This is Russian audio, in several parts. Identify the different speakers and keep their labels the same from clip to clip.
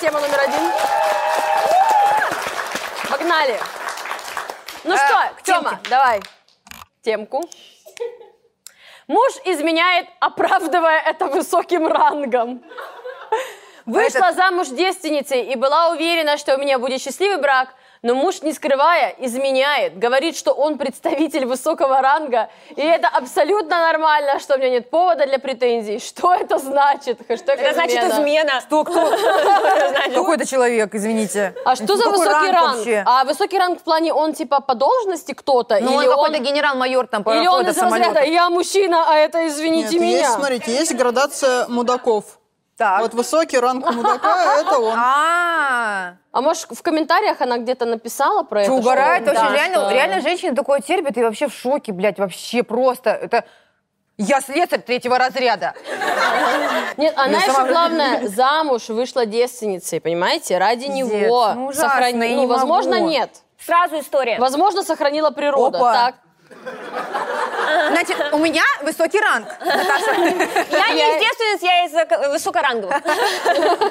Speaker 1: тема номер один. Погнали. Ну что,
Speaker 2: Э, к
Speaker 1: Тема,
Speaker 2: темке.
Speaker 1: давай темку. Муж изменяет, оправдывая это высоким рангом. Вышла
Speaker 2: Этот-
Speaker 1: замуж девственницей и была уверена, что у меня будет счастливый брак, но муж, не скрывая, изменяет, говорит, что он представитель высокого ранга, и это абсолютно нормально, что у меня нет повода для претензий. Что это значит? Хэштег
Speaker 3: Это значит измена.
Speaker 2: Кто, кто? Какой-то человек, извините.
Speaker 1: А что за
Speaker 2: Какой
Speaker 1: высокий ранг?
Speaker 2: вообще?
Speaker 1: А высокий ранг в плане он типа по должности кто-то?
Speaker 2: Ну, он
Speaker 1: или
Speaker 2: какой-то генерал-майор там по
Speaker 1: Или он
Speaker 2: фото
Speaker 1: из разряда
Speaker 2: самолета.
Speaker 1: «я мужчина, а это
Speaker 4: Нет,
Speaker 1: извините
Speaker 4: есть,
Speaker 1: меня».
Speaker 4: смотрите, есть градация мудаков.
Speaker 2: Так.
Speaker 4: Вот высокий ранг мудака, это он.
Speaker 2: А,
Speaker 1: А может, в комментариях она где-то написала про
Speaker 2: что
Speaker 1: это?
Speaker 2: угорает
Speaker 1: что-
Speaker 2: вообще,
Speaker 1: Да,
Speaker 2: реально,
Speaker 1: что-
Speaker 2: реально женщины такое терпят, и вообще в шоке, блядь, вообще просто, это... Я слесарь третьего разряда.
Speaker 1: Нет, она
Speaker 2: Я
Speaker 1: еще,
Speaker 2: сама-
Speaker 1: главное, замуж вышла девственницей, понимаете? Ради него.
Speaker 2: ну ужасно,
Speaker 1: сохрани-
Speaker 2: я
Speaker 1: ну,
Speaker 2: не
Speaker 1: возможно,
Speaker 2: могу.
Speaker 1: нет.
Speaker 3: Сразу история.
Speaker 1: Возможно, сохранила природа.
Speaker 2: Опа.
Speaker 1: Так.
Speaker 2: Значит, у меня высокий ранг, Наташа.
Speaker 3: Я не из девственниц, я из э, высокоранговых.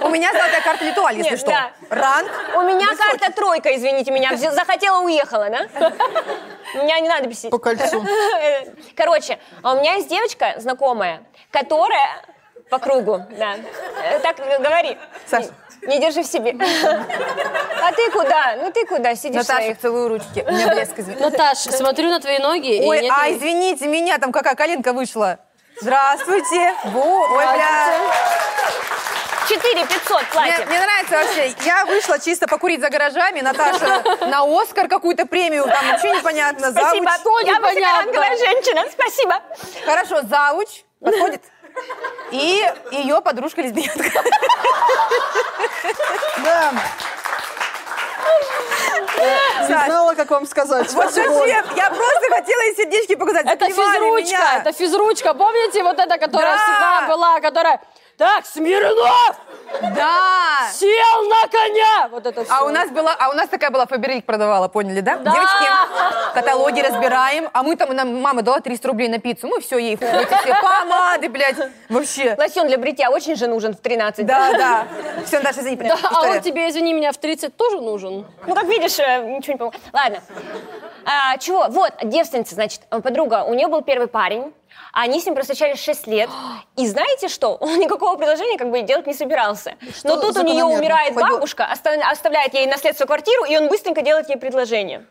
Speaker 2: У меня золотая карта Литуаль, если
Speaker 3: Нет,
Speaker 2: что.
Speaker 3: да.
Speaker 2: Ранг.
Speaker 3: У меня карта тройка, извините меня. Взя- Захотела, уехала, да? Меня не надо бесить.
Speaker 4: По кольцу.
Speaker 3: Короче, а у меня есть девочка знакомая, которая по кругу, да. Э, Так э, говори.
Speaker 2: Саша.
Speaker 3: Не, не держи в себе. А ты куда? Ну ты куда сидишь
Speaker 2: Наташа,
Speaker 3: своих?
Speaker 2: целую ручки. У меня блеск, извините.
Speaker 1: Наташ, смотрю на твои ноги. и
Speaker 2: Ой,
Speaker 1: нет
Speaker 2: а
Speaker 1: ни-
Speaker 2: извините меня, там какая коленка вышла. Здравствуйте. Во, ой, бля.
Speaker 3: 4 500
Speaker 2: Мне,
Speaker 3: платье.
Speaker 2: мне нравится вообще. Я вышла чисто покурить за гаражами. Наташа на Оскар какую-то премию. Там вообще непонятно.
Speaker 3: Спасибо.
Speaker 2: Зауч.
Speaker 3: Я
Speaker 1: непонятно.
Speaker 3: высокоранговая женщина. Спасибо.
Speaker 2: Хорошо, зауч. Подходит. И ее подружка лесбиянка.
Speaker 4: Да, не знала, как вам сказать.
Speaker 2: Вот зачем? Я просто хотела ей сердечки показать.
Speaker 1: Это
Speaker 2: Заклевали
Speaker 1: физручка,
Speaker 2: меня.
Speaker 1: это физручка. Помните вот эта, которая
Speaker 2: Да.
Speaker 1: всегда была, которая... Так, Смирнов
Speaker 2: Да.
Speaker 1: сел на коня! Вот это все.
Speaker 2: А у нас была, а у нас такая была, Фаберлик продавала, поняли, да?
Speaker 1: Да.
Speaker 2: Девочки, каталоги разбираем, а мы там, нам мама дала 300 рублей на пиццу, мы все ей, фу, эти все помады, блядь, вообще.
Speaker 3: Лосьон для бритья очень же нужен в 13.
Speaker 2: Да, да. Все, Наташа, извини,
Speaker 1: Да, а
Speaker 2: история.
Speaker 1: он тебе, извини меня, в 30 тоже нужен?
Speaker 3: Ну, как видишь, э, ничего не помогло. Ладно. А, чего? Вот, девственница, значит, э, подруга. У нее был первый парень. а Они с ним просвещались 6 лет. И знаете что? Он никакого предложения как бы делать не собирался. Но тут у нее
Speaker 4: закономерно.
Speaker 3: умирает
Speaker 4: Пойду-
Speaker 3: бабушка, оста- оставляет ей наследство квартиру, и он быстренько делает ей предложение.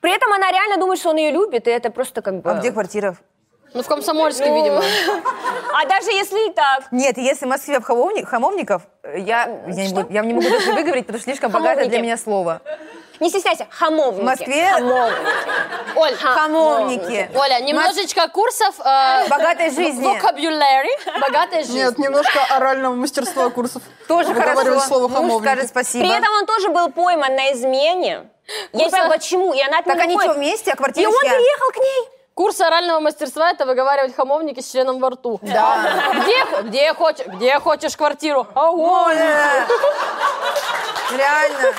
Speaker 3: При этом она реально думает, что он ее любит, и это просто как бы...
Speaker 2: А где квартира?
Speaker 1: Ну, в Комсомольске,
Speaker 3: Ну,
Speaker 1: видимо.
Speaker 3: А даже если и так,
Speaker 2: Нет, если в Москве в Хамовни- Хамовников, э, я, я, не, буду, я не могу даже выговорить, потому что слишком богатое для
Speaker 3: Хамовники.
Speaker 2: меня слово.
Speaker 3: не стесняйся, хамовники.
Speaker 2: В Москве
Speaker 1: Оль,
Speaker 2: хамовники.
Speaker 1: Оля, немножечко курсов э,
Speaker 2: Богатой жизни. ну.
Speaker 1: vocabulary, богатой жизни.
Speaker 4: Нет, немножко орального мастерства курсов.
Speaker 2: Тоже
Speaker 4: Выговариваю
Speaker 2: хорошо.
Speaker 4: слово
Speaker 2: Муж
Speaker 4: хамовник.
Speaker 2: скажет спасибо.
Speaker 3: При этом он тоже был пойман на измене. Я
Speaker 1: Просто-
Speaker 3: не понимаю, почему, и она от
Speaker 2: так
Speaker 3: него
Speaker 2: они
Speaker 3: уходит.
Speaker 2: что, вместе, а
Speaker 3: И
Speaker 2: квартира
Speaker 3: он
Speaker 2: чья?
Speaker 3: приехал к ней.
Speaker 1: Курс орального мастерства – это выговаривать хамовники с членом во рту.
Speaker 2: Да.
Speaker 1: Где, хо- где, хочешь, где хочешь квартиру? Ау.
Speaker 2: Оля! Реально.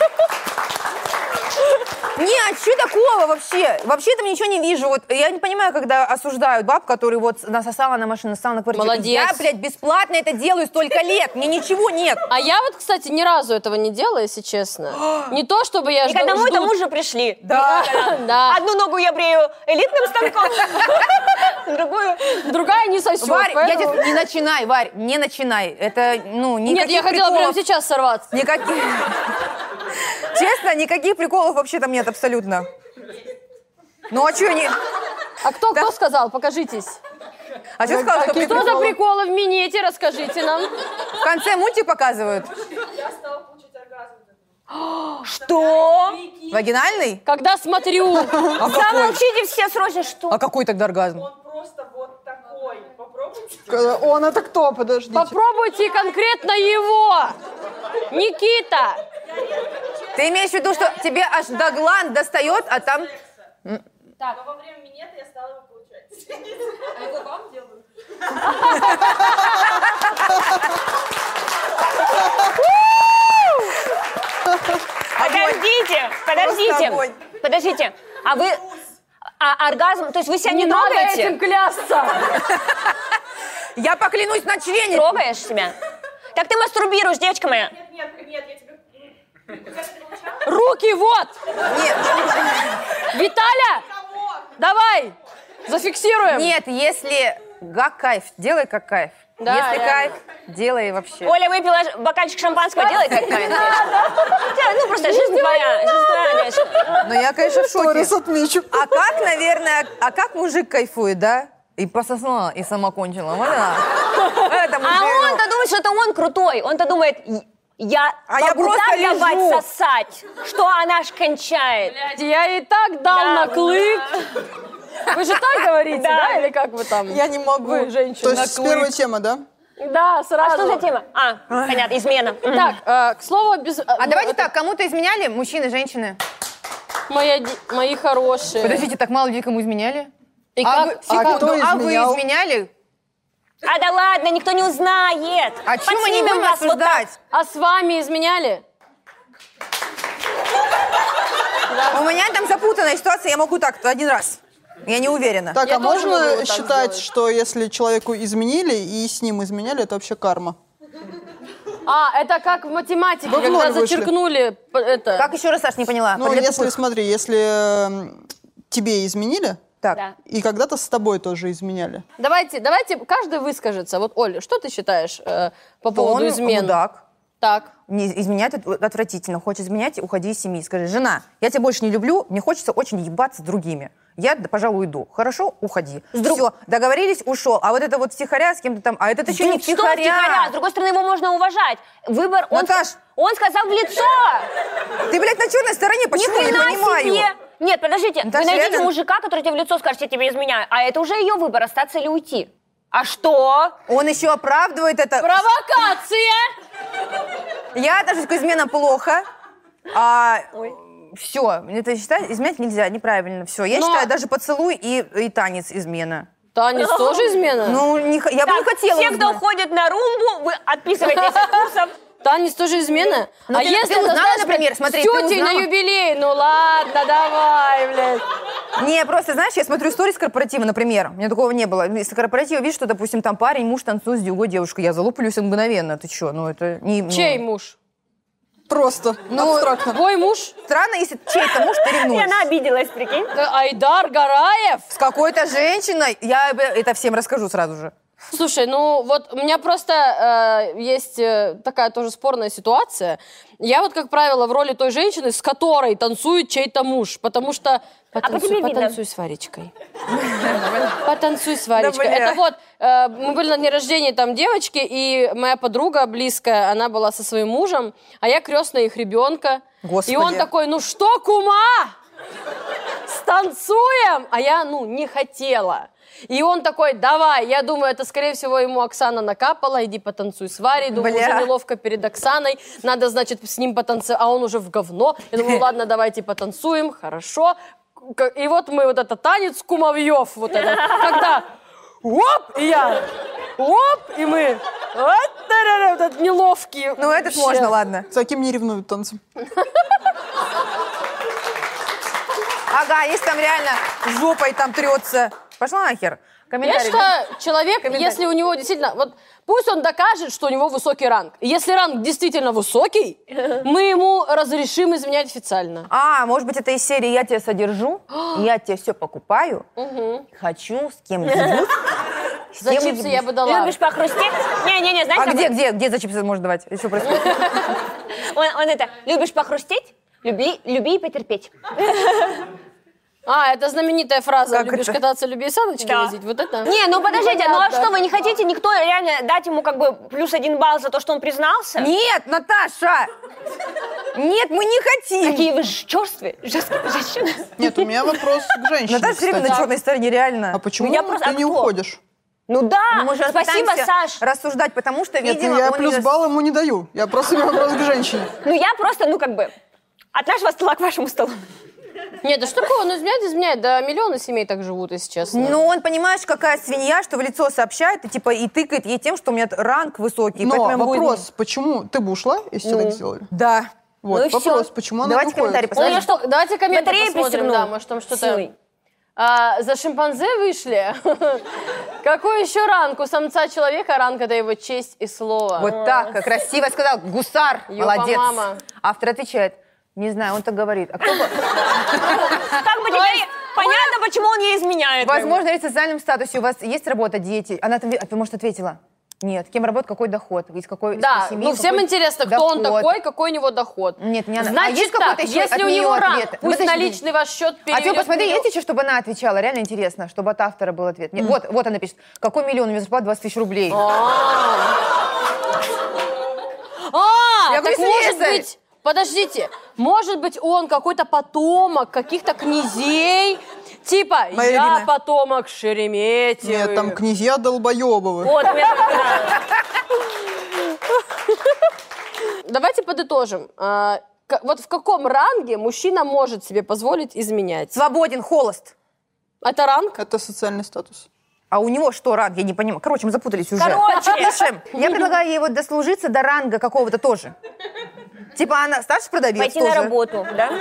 Speaker 2: Нет, что такого вообще? Вообще там ничего не вижу. Вот я не понимаю, когда осуждают баб, которые вот насосала на машину, насосала на квартиру.
Speaker 1: Молодец.
Speaker 2: Я, блядь, бесплатно это делаю столько лет. Мне ничего нет.
Speaker 1: А я вот, кстати, ни разу этого не делала, если честно. Не то, чтобы я
Speaker 3: И
Speaker 1: жду-
Speaker 3: к одному и
Speaker 1: жду-
Speaker 3: тому же пришли.
Speaker 2: Да.
Speaker 1: Да.
Speaker 3: Одну ногу я брею элитным станком, другую...
Speaker 1: Другая не сосет.
Speaker 2: Варь, я
Speaker 1: поэтому-
Speaker 2: тебе... Не начинай, Варь, не начинай. Это, ну,
Speaker 1: Нет,
Speaker 2: никаких
Speaker 1: я хотела прямо
Speaker 2: приколов.
Speaker 1: сейчас сорваться.
Speaker 2: Никаких... Честно, никаких приколов вообще там нет абсолютно. Ну, а что не...
Speaker 1: А кто, кто сказал? Покажитесь.
Speaker 2: А что сказал, что
Speaker 1: Что за
Speaker 2: приколов?
Speaker 1: приколы в минете? Расскажите нам.
Speaker 2: В конце мультик показывают.
Speaker 3: Что?
Speaker 2: Вагинальный?
Speaker 1: Когда смотрю.
Speaker 2: А какой?
Speaker 3: Замолчите все срочно, что?
Speaker 2: А какой тогда оргазм?
Speaker 5: Он просто вот такой. Попробуйте.
Speaker 4: Э, Он это кто? Подождите.
Speaker 1: Попробуйте конкретно его. Никита.
Speaker 2: Ты имеешь в виду, что тебе аж до гланд достает, а там...
Speaker 5: Но во время минета я стала его получать. А его вам делают?
Speaker 2: А
Speaker 3: Подождите,
Speaker 2: Просто
Speaker 3: подождите.
Speaker 2: огонь.
Speaker 3: Подождите, а вы... А оргазм, то есть вы себя не,
Speaker 1: Надо
Speaker 3: трогаете?
Speaker 1: этим клясться.
Speaker 2: Я поклянусь на члене!
Speaker 3: Трогаешь себя? Так ты мастурбируешь, девочка моя.
Speaker 5: Не
Speaker 1: Руки вот!
Speaker 2: Нет,
Speaker 1: Виталя, давай! Зафиксируем!
Speaker 2: нет, если га кайф, делай как кайф.
Speaker 1: Да,
Speaker 2: если
Speaker 1: да.
Speaker 2: кайф, делай вообще.
Speaker 3: Оля выпила ж- бокальчик шампанского, делай как нравится. Хотя, Ну, просто жизнь твоя, жизнь твоя, Олеж.
Speaker 2: Но Ну, я, конечно, в шоке.
Speaker 4: Торис отмечу.
Speaker 2: А как, наверное, а как мужик кайфует, да? И пососала, и сама кончила. Вот она. Это
Speaker 3: А
Speaker 2: мужик.
Speaker 3: он-то думает, что это он крутой. Он-то думает, «И- я
Speaker 2: А я
Speaker 3: могу
Speaker 2: просто
Speaker 3: так давать
Speaker 2: лежу».
Speaker 3: сосать, что она аж кончает.
Speaker 1: Я ей так дал
Speaker 3: Да,
Speaker 1: на клык. Вы же так говорите, да?
Speaker 3: Да.
Speaker 1: Или как вы там?
Speaker 4: Я не могу.
Speaker 1: Вы, женщина,
Speaker 4: То есть с первой темы, да?
Speaker 1: Да,
Speaker 3: А
Speaker 1: сразу.
Speaker 3: что за тема? А, понятно, измена.
Speaker 1: Так, э, к слову, без...
Speaker 2: А давайте так, кому-то изменяли мужчины, женщины?
Speaker 1: Моя ди- Мои хорошие.
Speaker 2: Подождите, так мало людей кому изменяли?
Speaker 1: И
Speaker 2: а
Speaker 1: как-
Speaker 2: вы,
Speaker 1: и как-
Speaker 2: секунду,
Speaker 4: кто
Speaker 2: а вы
Speaker 4: изменял?
Speaker 2: изменяли?
Speaker 3: А да ладно, никто не узнает.
Speaker 2: О чем они
Speaker 3: Подснимем
Speaker 2: будем
Speaker 3: вас вот так.
Speaker 2: обсуждать?
Speaker 1: А с вами изменяли?
Speaker 2: У меня там запутанная ситуация, я могу так, один раз. Я не уверена.
Speaker 4: Так,
Speaker 1: Я
Speaker 4: а
Speaker 1: тоже могу
Speaker 4: можно
Speaker 1: вот так
Speaker 4: считать,
Speaker 1: сделать.
Speaker 4: что если человеку изменили и с ним изменяли, это вообще карма?
Speaker 1: А, это как в математике,
Speaker 4: Вы в
Speaker 1: когда
Speaker 4: ноль вышли.
Speaker 1: зачеркнули п- это.
Speaker 2: Как еще раз, Саш, не поняла?
Speaker 4: Ну,
Speaker 2: Для
Speaker 4: если,
Speaker 2: тупых.
Speaker 4: смотри, если эм, тебе изменили,
Speaker 2: Так.
Speaker 3: Да.
Speaker 4: и когда-то с тобой тоже изменяли.
Speaker 1: Давайте, давайте, каждый выскажется. Вот, Оля, что ты считаешь э, по
Speaker 2: То
Speaker 1: поводу
Speaker 2: он
Speaker 1: измен?
Speaker 2: мудак.
Speaker 1: Так.
Speaker 2: Не, изменять от- отвратительно. Хочешь изменять, уходи из семьи. Скажи, жена, я тебя больше не люблю, мне хочется очень ебаться с другими. Я, да, пожалуй, уйду. Хорошо, уходи. Все, договорились, ушел. А вот это вот стихаря с кем-то там, а это еще
Speaker 3: Да
Speaker 2: не
Speaker 3: что втихаря? С другой стороны, его можно уважать. Выбор он...
Speaker 2: Наташ!
Speaker 3: Он сказал в лицо.
Speaker 2: Ты, блядь, на черной стороне,
Speaker 3: Ни
Speaker 2: почему я не
Speaker 3: хрена
Speaker 2: понимаю?
Speaker 3: себе. Нет, подождите,
Speaker 2: Наташа,
Speaker 3: вы найдите
Speaker 2: реально-
Speaker 3: мужика, который тебе в лицо скажет, я тебе изменяю. А это уже ее выбор, остаться или уйти. А что?
Speaker 2: Он еще оправдывает это.
Speaker 1: Провокация!
Speaker 2: Я отношусь к изменам плохо. А все, это считать, изменять нельзя, неправильно. Все, я
Speaker 1: Но-
Speaker 2: считаю, даже поцелуй и, и танец измена.
Speaker 1: Танец тоже измена?
Speaker 2: Ну, не х- я бы не
Speaker 3: Так,
Speaker 2: хотела.
Speaker 3: все, кто
Speaker 2: узнать.
Speaker 3: уходит на румбу, вы отписываетесь от курсов.
Speaker 1: Танец тоже измена? а
Speaker 2: Ну, ты-
Speaker 1: если
Speaker 2: ты узнала,
Speaker 1: знаешь,
Speaker 2: например, смотри,
Speaker 1: с
Speaker 2: ты
Speaker 1: тетей на
Speaker 2: узнала?
Speaker 1: юбилей? Ну ладно, давай, блядь.
Speaker 2: Не, просто, знаешь, я смотрю истории с корпоратива, например. У меня такого не было. С корпоратива вижу, что, допустим, там парень, муж танцует с другой девушкой. Я залуплюсь мгновенно. Ты че? Ну, это не... ну,
Speaker 1: Чей муж?
Speaker 4: Просто, абстрактно.
Speaker 1: Твой муж?
Speaker 2: Странно, если чей-то муж ты
Speaker 3: И
Speaker 2: ревнуешь.
Speaker 3: она обиделась, прикинь.
Speaker 1: Э, Айдар Гараев?
Speaker 2: С какой-то женщиной. Я об- э, это всем расскажу сразу же.
Speaker 1: Слушай, ну вот у меня просто э, есть э, такая тоже спорная ситуация. Я вот, как правило, в роли той женщины, с которой танцует чей-то муж, потому что... Потанцуй,
Speaker 3: тебе видно.
Speaker 1: потанцуй с Варечкой. Потанцуй с Варечкой. Это вот, э, мы были на дне рождения там девочки, и моя подруга близкая, она была со своим мужем, а я крестная их ребенка. И
Speaker 2: Господи.
Speaker 1: он такой, ну что, кума? станцуем! А я, ну, не хотела. И он такой, давай, я думаю, это, скорее всего, ему Оксана накапала, иди потанцуй с Варей, думаю,
Speaker 2: Бля.
Speaker 1: уже неловко перед Оксаной, надо, значит, с ним потанцевать, а он уже в говно. Я думаю, ладно, давайте потанцуем, хорошо. К- И вот мы вот этот танец кумовьев, вот этот, когда оп, и я, оп, и мы, вот, та-ра-ра, вот этот неловкий.
Speaker 2: Ну, этот
Speaker 1: вообще.
Speaker 2: можно, ладно.
Speaker 4: С таким не ревнуют танцем.
Speaker 2: Ага, если там реально жопой там трется. Пошла нахер.
Speaker 1: Я
Speaker 2: Комментарий.
Speaker 1: считаю, человек,
Speaker 2: Комментарий.
Speaker 1: если у него действительно... Вот пусть он докажет, что у него высокий ранг. И Если ранг действительно высокий, мы ему разрешим изменять официально.
Speaker 2: А, может быть, это из серии «Я тебя содержу», «Я тебе все покупаю», «Хочу с кем делюсь», с
Speaker 1: За
Speaker 2: тем и
Speaker 1: чипсы
Speaker 2: делюсь».
Speaker 1: я бы дала.
Speaker 3: Любишь похрустеть? Не-не-не, знаешь,
Speaker 2: А
Speaker 3: там
Speaker 2: где, где, где за чипсы можно давать? Еще происходит?
Speaker 3: Он, он это, любишь похрустеть? Люби, люби и потерпеть.
Speaker 1: А, это знаменитая фраза.
Speaker 2: Как
Speaker 1: Любишь
Speaker 2: это?
Speaker 1: кататься, люби и саночки
Speaker 3: Да.
Speaker 1: возить. Вот это?
Speaker 3: Не, ну подождите, ну а
Speaker 1: Непонятно.
Speaker 3: что, вы не хотите никто реально дать ему как бы плюс один балл за то, что он признался?
Speaker 2: Нет, Наташа! Нет, мы не хотим!
Speaker 3: Какие вы ж черствые, жесткие женщины.
Speaker 4: Нет, у меня вопрос к женщине,
Speaker 2: Наташа все время
Speaker 4: кстати.
Speaker 2: на черной стороне, реально.
Speaker 4: А почему
Speaker 3: Ну, я просто-
Speaker 4: ты
Speaker 3: а
Speaker 4: не
Speaker 3: кто?
Speaker 4: уходишь?
Speaker 3: Ну
Speaker 2: Ну,
Speaker 3: да,
Speaker 2: мы же
Speaker 3: спасибо,
Speaker 2: пытаемся
Speaker 3: Саш.
Speaker 2: рассуждать, потому что,
Speaker 4: Нет, ну
Speaker 2: видимо,
Speaker 4: я
Speaker 2: он
Speaker 4: плюс
Speaker 2: не-
Speaker 4: балл ему не даю. Я просто у меня вопрос к женщине.
Speaker 3: Ну я просто, ну как бы, от нашего стола к вашему столу.
Speaker 1: Нет, да что такое? Он изменяет, изменяет. Да миллионы семей так живут, если честно.
Speaker 2: Ну, он, понимаешь, какая свинья, что в лицо сообщает, и типа и тыкает ей тем, что у меня ранг высокий.
Speaker 4: Но
Speaker 2: поэтому я могу
Speaker 4: вопрос, почему ты бы ушла, если тебе так сделали?
Speaker 2: Да.
Speaker 4: Вот,
Speaker 3: Ну и
Speaker 4: вопрос,
Speaker 3: всё.
Speaker 4: почему она
Speaker 2: Давайте
Speaker 4: не уходит?
Speaker 2: комментарий
Speaker 1: Ну,
Speaker 2: посмотрим.
Speaker 1: я что, давайте комменты
Speaker 3: Батарея
Speaker 1: посмотрим.
Speaker 3: пристегнула.
Speaker 1: Да, может, там что-то...
Speaker 3: Силой.
Speaker 1: А, за шимпанзе вышли? Какой еще ранг? У самца человека ранг – это его честь и слово.
Speaker 2: Вот так, как красиво сказал. Гусар,
Speaker 1: Ёпа,
Speaker 2: молодец.
Speaker 1: мама.
Speaker 2: Автор отвечает, не знаю, он так говорит. А кто-
Speaker 3: А Как бы теперь понятно, почему он ей изменяет.
Speaker 2: Возможно, есть в социальном статусе, у вас есть работа, дети. Она там, а ты, может, ответила? Нет, кем работает, какой доход, из какой из
Speaker 1: Да,
Speaker 2: какой семьи,
Speaker 1: ну всем
Speaker 2: какой
Speaker 1: интересно, кто он
Speaker 2: доход.
Speaker 1: такой, какой у него доход.
Speaker 2: Нет, не она. А
Speaker 1: Значит
Speaker 2: есть
Speaker 1: так,
Speaker 2: какой-то еще
Speaker 1: если
Speaker 2: от
Speaker 1: у
Speaker 2: нее
Speaker 1: него ранг,
Speaker 2: ответ? Мы
Speaker 1: пусть
Speaker 2: точно не
Speaker 1: наличный ваш счет
Speaker 2: А
Speaker 1: переведет
Speaker 2: ты посмотри,
Speaker 1: миллион.
Speaker 2: есть еще, чтобы она отвечала? Реально интересно, чтобы от автора был ответ. Нет, вот, вот она пишет. Какой миллион? У меня зарплата 20 тысяч рублей.
Speaker 1: А,
Speaker 2: Я
Speaker 1: так
Speaker 2: говорю,
Speaker 1: может
Speaker 2: слесарь.
Speaker 1: быть, подождите, может быть он какой-то потомок каких-то князей, типа
Speaker 4: Моя
Speaker 1: я
Speaker 4: любимая.
Speaker 1: потомок Шереметьевых.
Speaker 4: Нет, там князья Долбоебовы.
Speaker 3: Вот, мне так нравится.
Speaker 1: Давайте подытожим. А, к- Вот в каком ранге мужчина может себе позволить изменять?
Speaker 2: Свободен, холост.
Speaker 1: Это ранг?
Speaker 4: Это социальный статус.
Speaker 2: А у него что ранг? Я не понимаю. Короче, мы запутались уже.
Speaker 3: Короче.
Speaker 2: Слушаем. Я предлагаю ей вот дослужиться до ранга какого-то тоже. Типа она старший продавец
Speaker 3: Пойти
Speaker 2: тоже.
Speaker 3: на работу, да?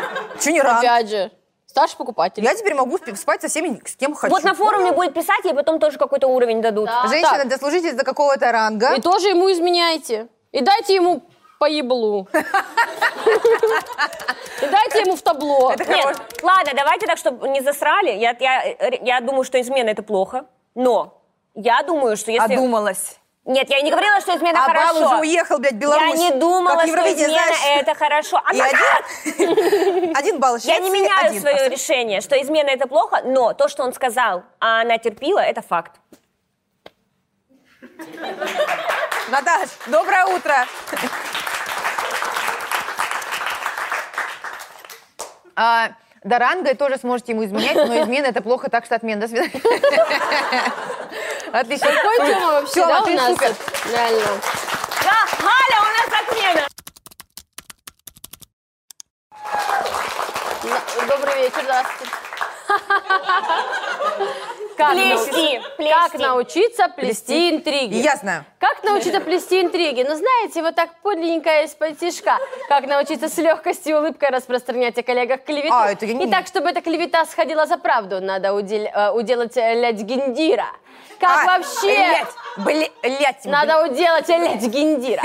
Speaker 2: Чё не ранг?
Speaker 1: Опять же, старший покупатель.
Speaker 2: Я теперь могу спи- спать со всеми, с кем хочу. А
Speaker 3: Вот на форуме будет писать, ей потом тоже какой-то уровень дадут.
Speaker 1: Да.
Speaker 2: Женщина,
Speaker 1: Так.
Speaker 2: дослужитесь до какого-то ранга.
Speaker 1: И тоже ему изменяйте. И дайте ему по еблу. И дайте ему в табло.
Speaker 3: Нет, ладно, давайте так, чтобы не засрали. Я, я, я думаю, что измена это плохо, но я думаю, что если...
Speaker 2: Одумалась.
Speaker 3: Нет, я не говорила, что измена
Speaker 2: а
Speaker 3: хорошо.
Speaker 2: Бал уже уехал, блядь, в Беларусь.
Speaker 3: Я не думала,
Speaker 2: Как
Speaker 3: что
Speaker 2: Евровидение,
Speaker 3: измена
Speaker 2: знаешь.
Speaker 3: это хорошо. А
Speaker 2: И
Speaker 3: так-
Speaker 2: один, один балл
Speaker 3: Я не
Speaker 2: Швеции,
Speaker 3: меняю
Speaker 2: один.
Speaker 3: свое решение, что измена это плохо, но то, что он сказал, а она терпила, это факт.
Speaker 2: Наташ, доброе утро. А, до ранга и тоже сможете ему изменять, но измена это плохо, так что отмен. До свидания. Отлично.
Speaker 1: Какой Тёма вообще,
Speaker 2: Тёма,
Speaker 1: да, у
Speaker 2: ты
Speaker 1: нас?
Speaker 2: супер.
Speaker 1: Реально.
Speaker 3: Да, Галя, у нас отмена.
Speaker 1: На- Добрый вечер, здравствуйте. Как, нау-
Speaker 3: Плести, плести.
Speaker 1: как научиться плести интриги?
Speaker 2: И Я знаю.
Speaker 1: Как научиться плести интриги? Ну, знаете, вот так подлинненько из-под тишка. Как научиться с легкостью и улыбкой распространять о коллегах клевету?
Speaker 2: А, это я не-
Speaker 1: И так, чтобы эта клевета сходила за правду, надо удел- э, уделать э, лять гендира. Как
Speaker 2: А,
Speaker 1: вообще...
Speaker 2: Блять, блять.
Speaker 1: Надо уделать лять гендира.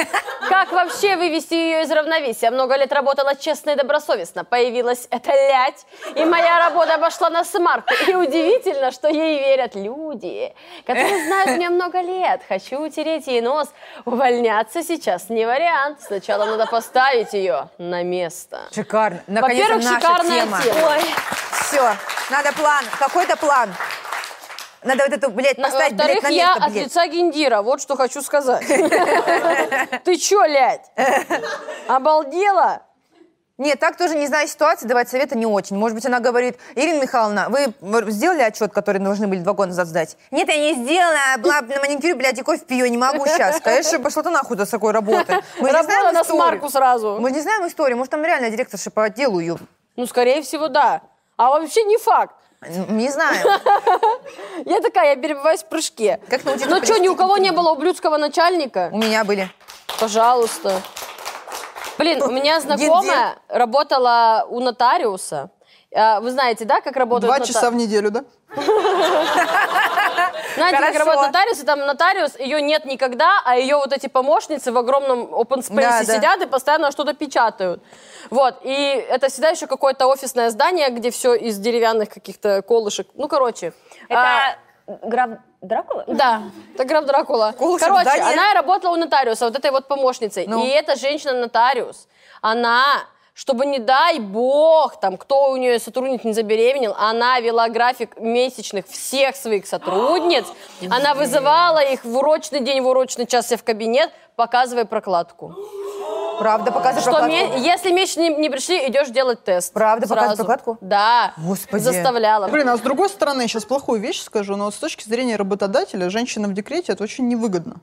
Speaker 1: Как вообще вывести ее из равновесия? Много лет работала честно и добросовестно. Появилась эта лять, и моя работа обошла на смарку. И удивительно, что ей верят люди, которые знают меня много лет. Хочу утереть ей нос. Увольняться сейчас не вариант. Сначала надо поставить ее на место.
Speaker 2: Шикарно. ну, Наконец-то
Speaker 1: Во-первых,
Speaker 2: наша
Speaker 1: шикарная
Speaker 2: тема.
Speaker 1: тема.
Speaker 3: Ой,
Speaker 2: Все, надо план, какой-то план. Надо вот эту, блядь,
Speaker 1: На-
Speaker 2: поставить, блядь,
Speaker 1: Во-вторых,
Speaker 2: на
Speaker 1: я
Speaker 2: место,
Speaker 1: от
Speaker 2: блядь.
Speaker 1: лица Гендира, вот что хочу сказать. Ты чё, лядь? Обалдела?
Speaker 2: Нет, так тоже, не зная ситуации, давать совета не очень. Может быть, она говорит, Ирина Михайловна, вы м, сделали отчет, который должны были два года назад сдать? Нет, я не сделала, была на маникюре, блядь, и кофе пью, я не могу сейчас. Конечно, пошла ты нахуй до такой работы. Мы не
Speaker 1: Работала
Speaker 2: знаем
Speaker 1: на
Speaker 2: историю.
Speaker 1: смарку сразу.
Speaker 2: Мы не знаем историю, может, там реально директорша по отделу ее,
Speaker 1: Ну, скорее всего, да. А вообще не факт.
Speaker 2: не знаю.
Speaker 1: Я такая, я перебываюсь в прыжке.
Speaker 2: Как научиться
Speaker 1: Ну что, ни
Speaker 2: плести
Speaker 1: у кого не было ублюдского начальника?
Speaker 2: У меня были.
Speaker 1: Пожалуйста. Блин, у меня знакомая работала у нотариуса. А, Вы знаете, да, как работают
Speaker 4: Два
Speaker 1: нота-
Speaker 4: часа в неделю, да?
Speaker 1: Знаете, как
Speaker 2: Хорошо.
Speaker 1: Ну, работает нотариус, и там нотариус, ее нет никогда, а ее вот эти помощницы в огромном open
Speaker 2: Да,
Speaker 1: space
Speaker 2: да.
Speaker 1: сидят и постоянно что-то печатают. Вот, и это всегда еще какое-то офисное здание, где все из деревянных каких-то колышек. Ну, короче. а,
Speaker 3: это граф Дракула?
Speaker 1: Да, это граф Дракула.
Speaker 2: Колышек
Speaker 1: Короче,
Speaker 2: здания.
Speaker 1: она и работала у нотариуса, вот этой вот помощницей.
Speaker 2: Ну.
Speaker 1: И эта женщина-нотариус, она, чтобы не дай бог, там, кто у нее сотрудник не забеременел, она вела график месячных всех своих сотрудниц, она вызывала их в урочный день, в урочный час себе в кабинет, показывая прокладку.
Speaker 2: Правда, показывай
Speaker 1: Что
Speaker 2: прокладку.
Speaker 1: ме- если месячные не, не пришли, идешь делать тест.
Speaker 2: Правда, показывает
Speaker 1: Сразу.
Speaker 2: прокладку?
Speaker 1: Да.
Speaker 2: Господи.
Speaker 1: Заставляла.
Speaker 4: Блин, а с другой стороны, сейчас плохую вещь скажу, но вот с точки зрения работодателя, женщина в декрете это очень невыгодно.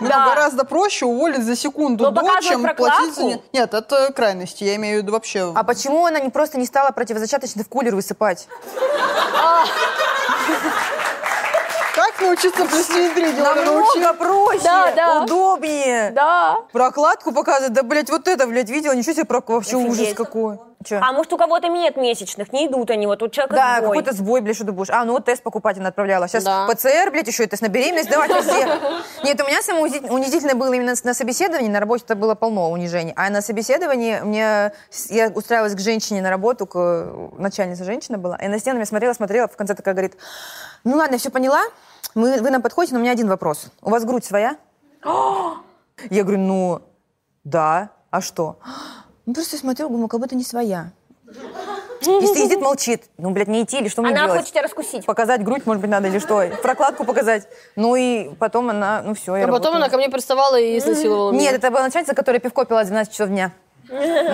Speaker 4: Ну,
Speaker 3: Да.
Speaker 4: гораздо проще уволить за секунду
Speaker 3: Но
Speaker 4: до,
Speaker 3: показывать
Speaker 4: чем платить за
Speaker 3: прокладку?
Speaker 4: не- Нет, это крайности. Я имею в виду вообще.
Speaker 2: А почему она не просто не стала противозачаточный в кулер высыпать?
Speaker 4: Как научиться плести интриги. Он научил.
Speaker 2: Намного проще,
Speaker 1: ну, Да, да.
Speaker 2: удобнее.
Speaker 1: Да.
Speaker 2: Прокладку показывать, да, блядь, вот это, блядь, видела, ничего себе, прок... вообще
Speaker 3: Офигеть.
Speaker 2: ужас какой. Че?
Speaker 3: А может, у кого-то нет месячных, не идут они, вот у человека
Speaker 2: да,
Speaker 3: сбой.
Speaker 2: какой-то сбой, блядь, что ты будешь. А, ну вот тест покупательно отправляла. Сейчас
Speaker 1: Да.
Speaker 2: ПЦР, блядь, еще и тест на беременность давать везде. Нет, у меня самое узи- унизительное было именно с- на собеседовании. На работе это было полно унижений. А на собеседовании мне... с- Я устраивалась к женщине на работу, к э, начальнице женщина была. И на стену меня смотрела, смотрела, в конце такая говорит, ну ладно, все поняла, Мы, вы нам подходите, но у меня один вопрос. У вас грудь своя? Я говорю, ну, да, а что? Ну, просто я смотрю, думаю, как будто не своя. Если сидит, молчит. Ну, блядь, не идти или что мне
Speaker 3: Она
Speaker 2: делать?
Speaker 3: хочет тебя раскусить.
Speaker 2: Показать грудь, может быть, надо или что? Прокладку показать. Ну и потом она, ну все, я
Speaker 1: А потом
Speaker 2: работаю.
Speaker 1: она ко мне приставала и изнасиловала меня.
Speaker 2: Нет, это была начальница, которая пивко пила с 12 часов дня.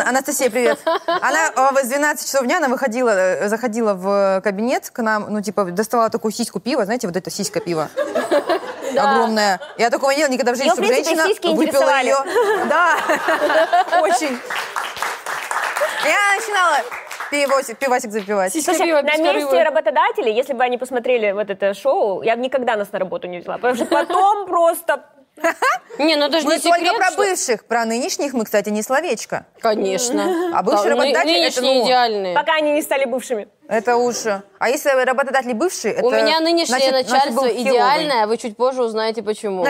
Speaker 2: Анастасия, привет. Она э, с 12 часов дня она выходила, э, заходила в кабинет к нам, ну, типа, доставала такую сиську пива, знаете, вот это сиська пива. Огромная. Я такого не делала никогда в жизни,
Speaker 3: Её, в
Speaker 2: чтобы
Speaker 3: принципе,
Speaker 2: женщина
Speaker 3: сиськи
Speaker 2: выпила
Speaker 3: интересовали.
Speaker 2: ее. Да, очень. Я начинала пивосик, пивасик запивать.
Speaker 1: Сиська
Speaker 3: Слушай,
Speaker 1: пива,
Speaker 3: на
Speaker 1: писька
Speaker 3: месте
Speaker 1: рыба.
Speaker 3: работодателей, если бы они посмотрели вот это шоу, я бы никогда нас на работу не взяла. Потому что потом просто...
Speaker 1: Не, ну это же
Speaker 2: Мы
Speaker 1: не
Speaker 2: только
Speaker 1: секрет,
Speaker 2: про
Speaker 1: что-
Speaker 2: бывших, про нынешних мы, кстати, не словечко.
Speaker 1: Конечно.
Speaker 2: А
Speaker 1: Да, ну
Speaker 2: бывший
Speaker 1: и
Speaker 2: работодатель это,
Speaker 1: нынешние
Speaker 2: ну,
Speaker 1: идеальные.
Speaker 3: Пока они не стали бывшими.
Speaker 2: Это уж... А если работодатели бывшие, это...
Speaker 1: У меня нынешнее
Speaker 2: значит- значит,
Speaker 1: начальство
Speaker 2: был херовый.
Speaker 1: идеальное, вы чуть позже узнаете почему.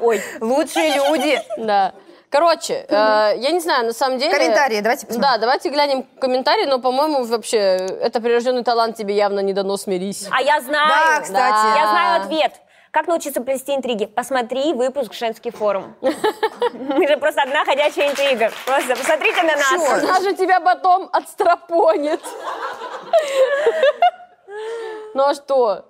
Speaker 3: Ой,
Speaker 2: Лучшие люди.
Speaker 1: Да. Короче, э, я не знаю, на самом деле...
Speaker 2: Комментарии давайте посмотрим.
Speaker 1: Да, давайте глянем комментарии, но, по-моему, вообще, э, это прирожденный талант тебе явно не дано, смирись.
Speaker 3: а я знаю.
Speaker 2: Да, кстати.
Speaker 3: Я знаю ответ. Как научиться плести интриги? Посмотри выпуск «Женский форум». Мы же просто одна ходячая интрига. Просто посмотрите на
Speaker 2: Чё?
Speaker 3: нас.
Speaker 1: Она же тебя потом отстрапонит. Ну а что?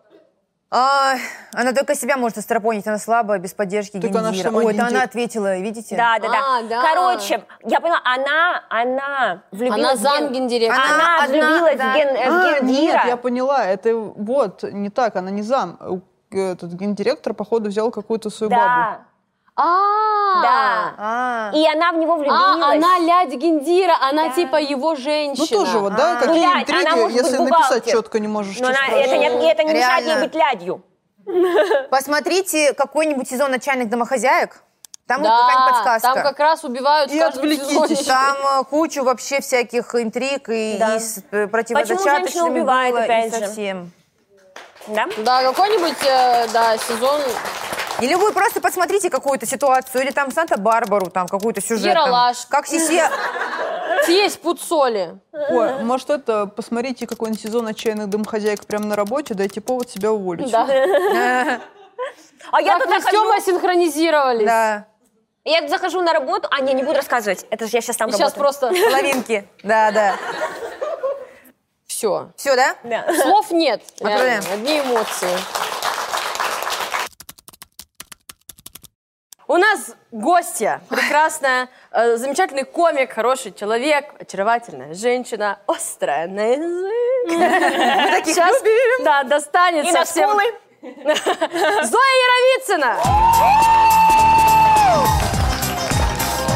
Speaker 2: А, она только себя может остропонить, она слабая, без поддержки
Speaker 4: Так она ж
Speaker 2: гендира.
Speaker 4: сама
Speaker 2: Ой, это
Speaker 4: гендир.
Speaker 2: она ответила, видите?
Speaker 3: Да, да,
Speaker 1: А, да.
Speaker 3: да. Короче, я поняла, она, она
Speaker 1: Она
Speaker 3: влюбилась в ген-
Speaker 1: замгендиректор.
Speaker 2: Она-
Speaker 3: Она
Speaker 2: одна,
Speaker 3: влюбилась в
Speaker 2: да.
Speaker 3: ген- э, в
Speaker 4: А, нет, я
Speaker 3: гендира.
Speaker 4: поняла. Это вот не так. Она не зам. У- Этот гендиректор, походу, взял какую-то свою бабу.
Speaker 3: Да,
Speaker 1: А,
Speaker 3: да.
Speaker 2: А,
Speaker 3: И она в него влюбилась.
Speaker 1: А, она лядь Гендира, она типа его женщина.
Speaker 4: Ну тоже вот, да, какие
Speaker 3: А. Блядь, она может
Speaker 4: интриги,
Speaker 3: быть
Speaker 4: если написать
Speaker 3: бухгалтер.
Speaker 4: четко не можешь.
Speaker 3: Но
Speaker 4: чё
Speaker 3: она,
Speaker 4: спрашивать.
Speaker 3: это, не, это не мешает ей
Speaker 2: Реально.
Speaker 3: быть лядью.
Speaker 2: посмотрите какой-нибудь сезон «Отчаянных домохозяек». Там будет
Speaker 1: Да,
Speaker 2: А, ну, какая-нибудь
Speaker 1: там
Speaker 2: подсказка.
Speaker 1: как раз убивают в
Speaker 4: И
Speaker 1: каждом
Speaker 4: отвлекитесь.
Speaker 1: сезоне.
Speaker 2: Там, э, кучу вообще всяких интриг и,
Speaker 3: Да.
Speaker 2: и с э, противозачаточными
Speaker 3: женщина убивает,
Speaker 2: было, и
Speaker 3: опять же?
Speaker 2: совсем.
Speaker 3: Да?
Speaker 1: Да, какой-нибудь, э, да, сезон
Speaker 2: Или вы просто посмотрите какую-то ситуацию, или там Санта-Барбару, там какую-то сюжет. там.
Speaker 1: Ералаш.
Speaker 2: Как Сисе...
Speaker 1: съесть пуд соли.
Speaker 4: Ой, может, это, посмотрите какой-нибудь сезон «Отчаянных домохозяек» прямо на работе, дайте повод себя уволить.
Speaker 1: Да.
Speaker 3: А я
Speaker 1: Как
Speaker 3: тут
Speaker 1: мы с Тёмой
Speaker 3: захожу,
Speaker 1: синхронизировались.
Speaker 2: Да,
Speaker 3: я тут захожу на работу. А, не, не буду рассказывать. Это же я сейчас там
Speaker 1: И сейчас просто
Speaker 3: работаю.
Speaker 2: половинки. Да, да.
Speaker 1: все.
Speaker 2: Все, да?
Speaker 3: Да.
Speaker 1: Слов нет.
Speaker 2: Отправляем.
Speaker 1: реально, Одни эмоции. У нас гостья, прекрасная, э, замечательный комик, хороший человек, очаровательная женщина, острая на язык.
Speaker 2: Мы таких
Speaker 1: Сейчас,
Speaker 2: любим.
Speaker 1: да, достанет
Speaker 3: И на
Speaker 1: совсем.
Speaker 3: скулы.
Speaker 1: Зоя Яровицына!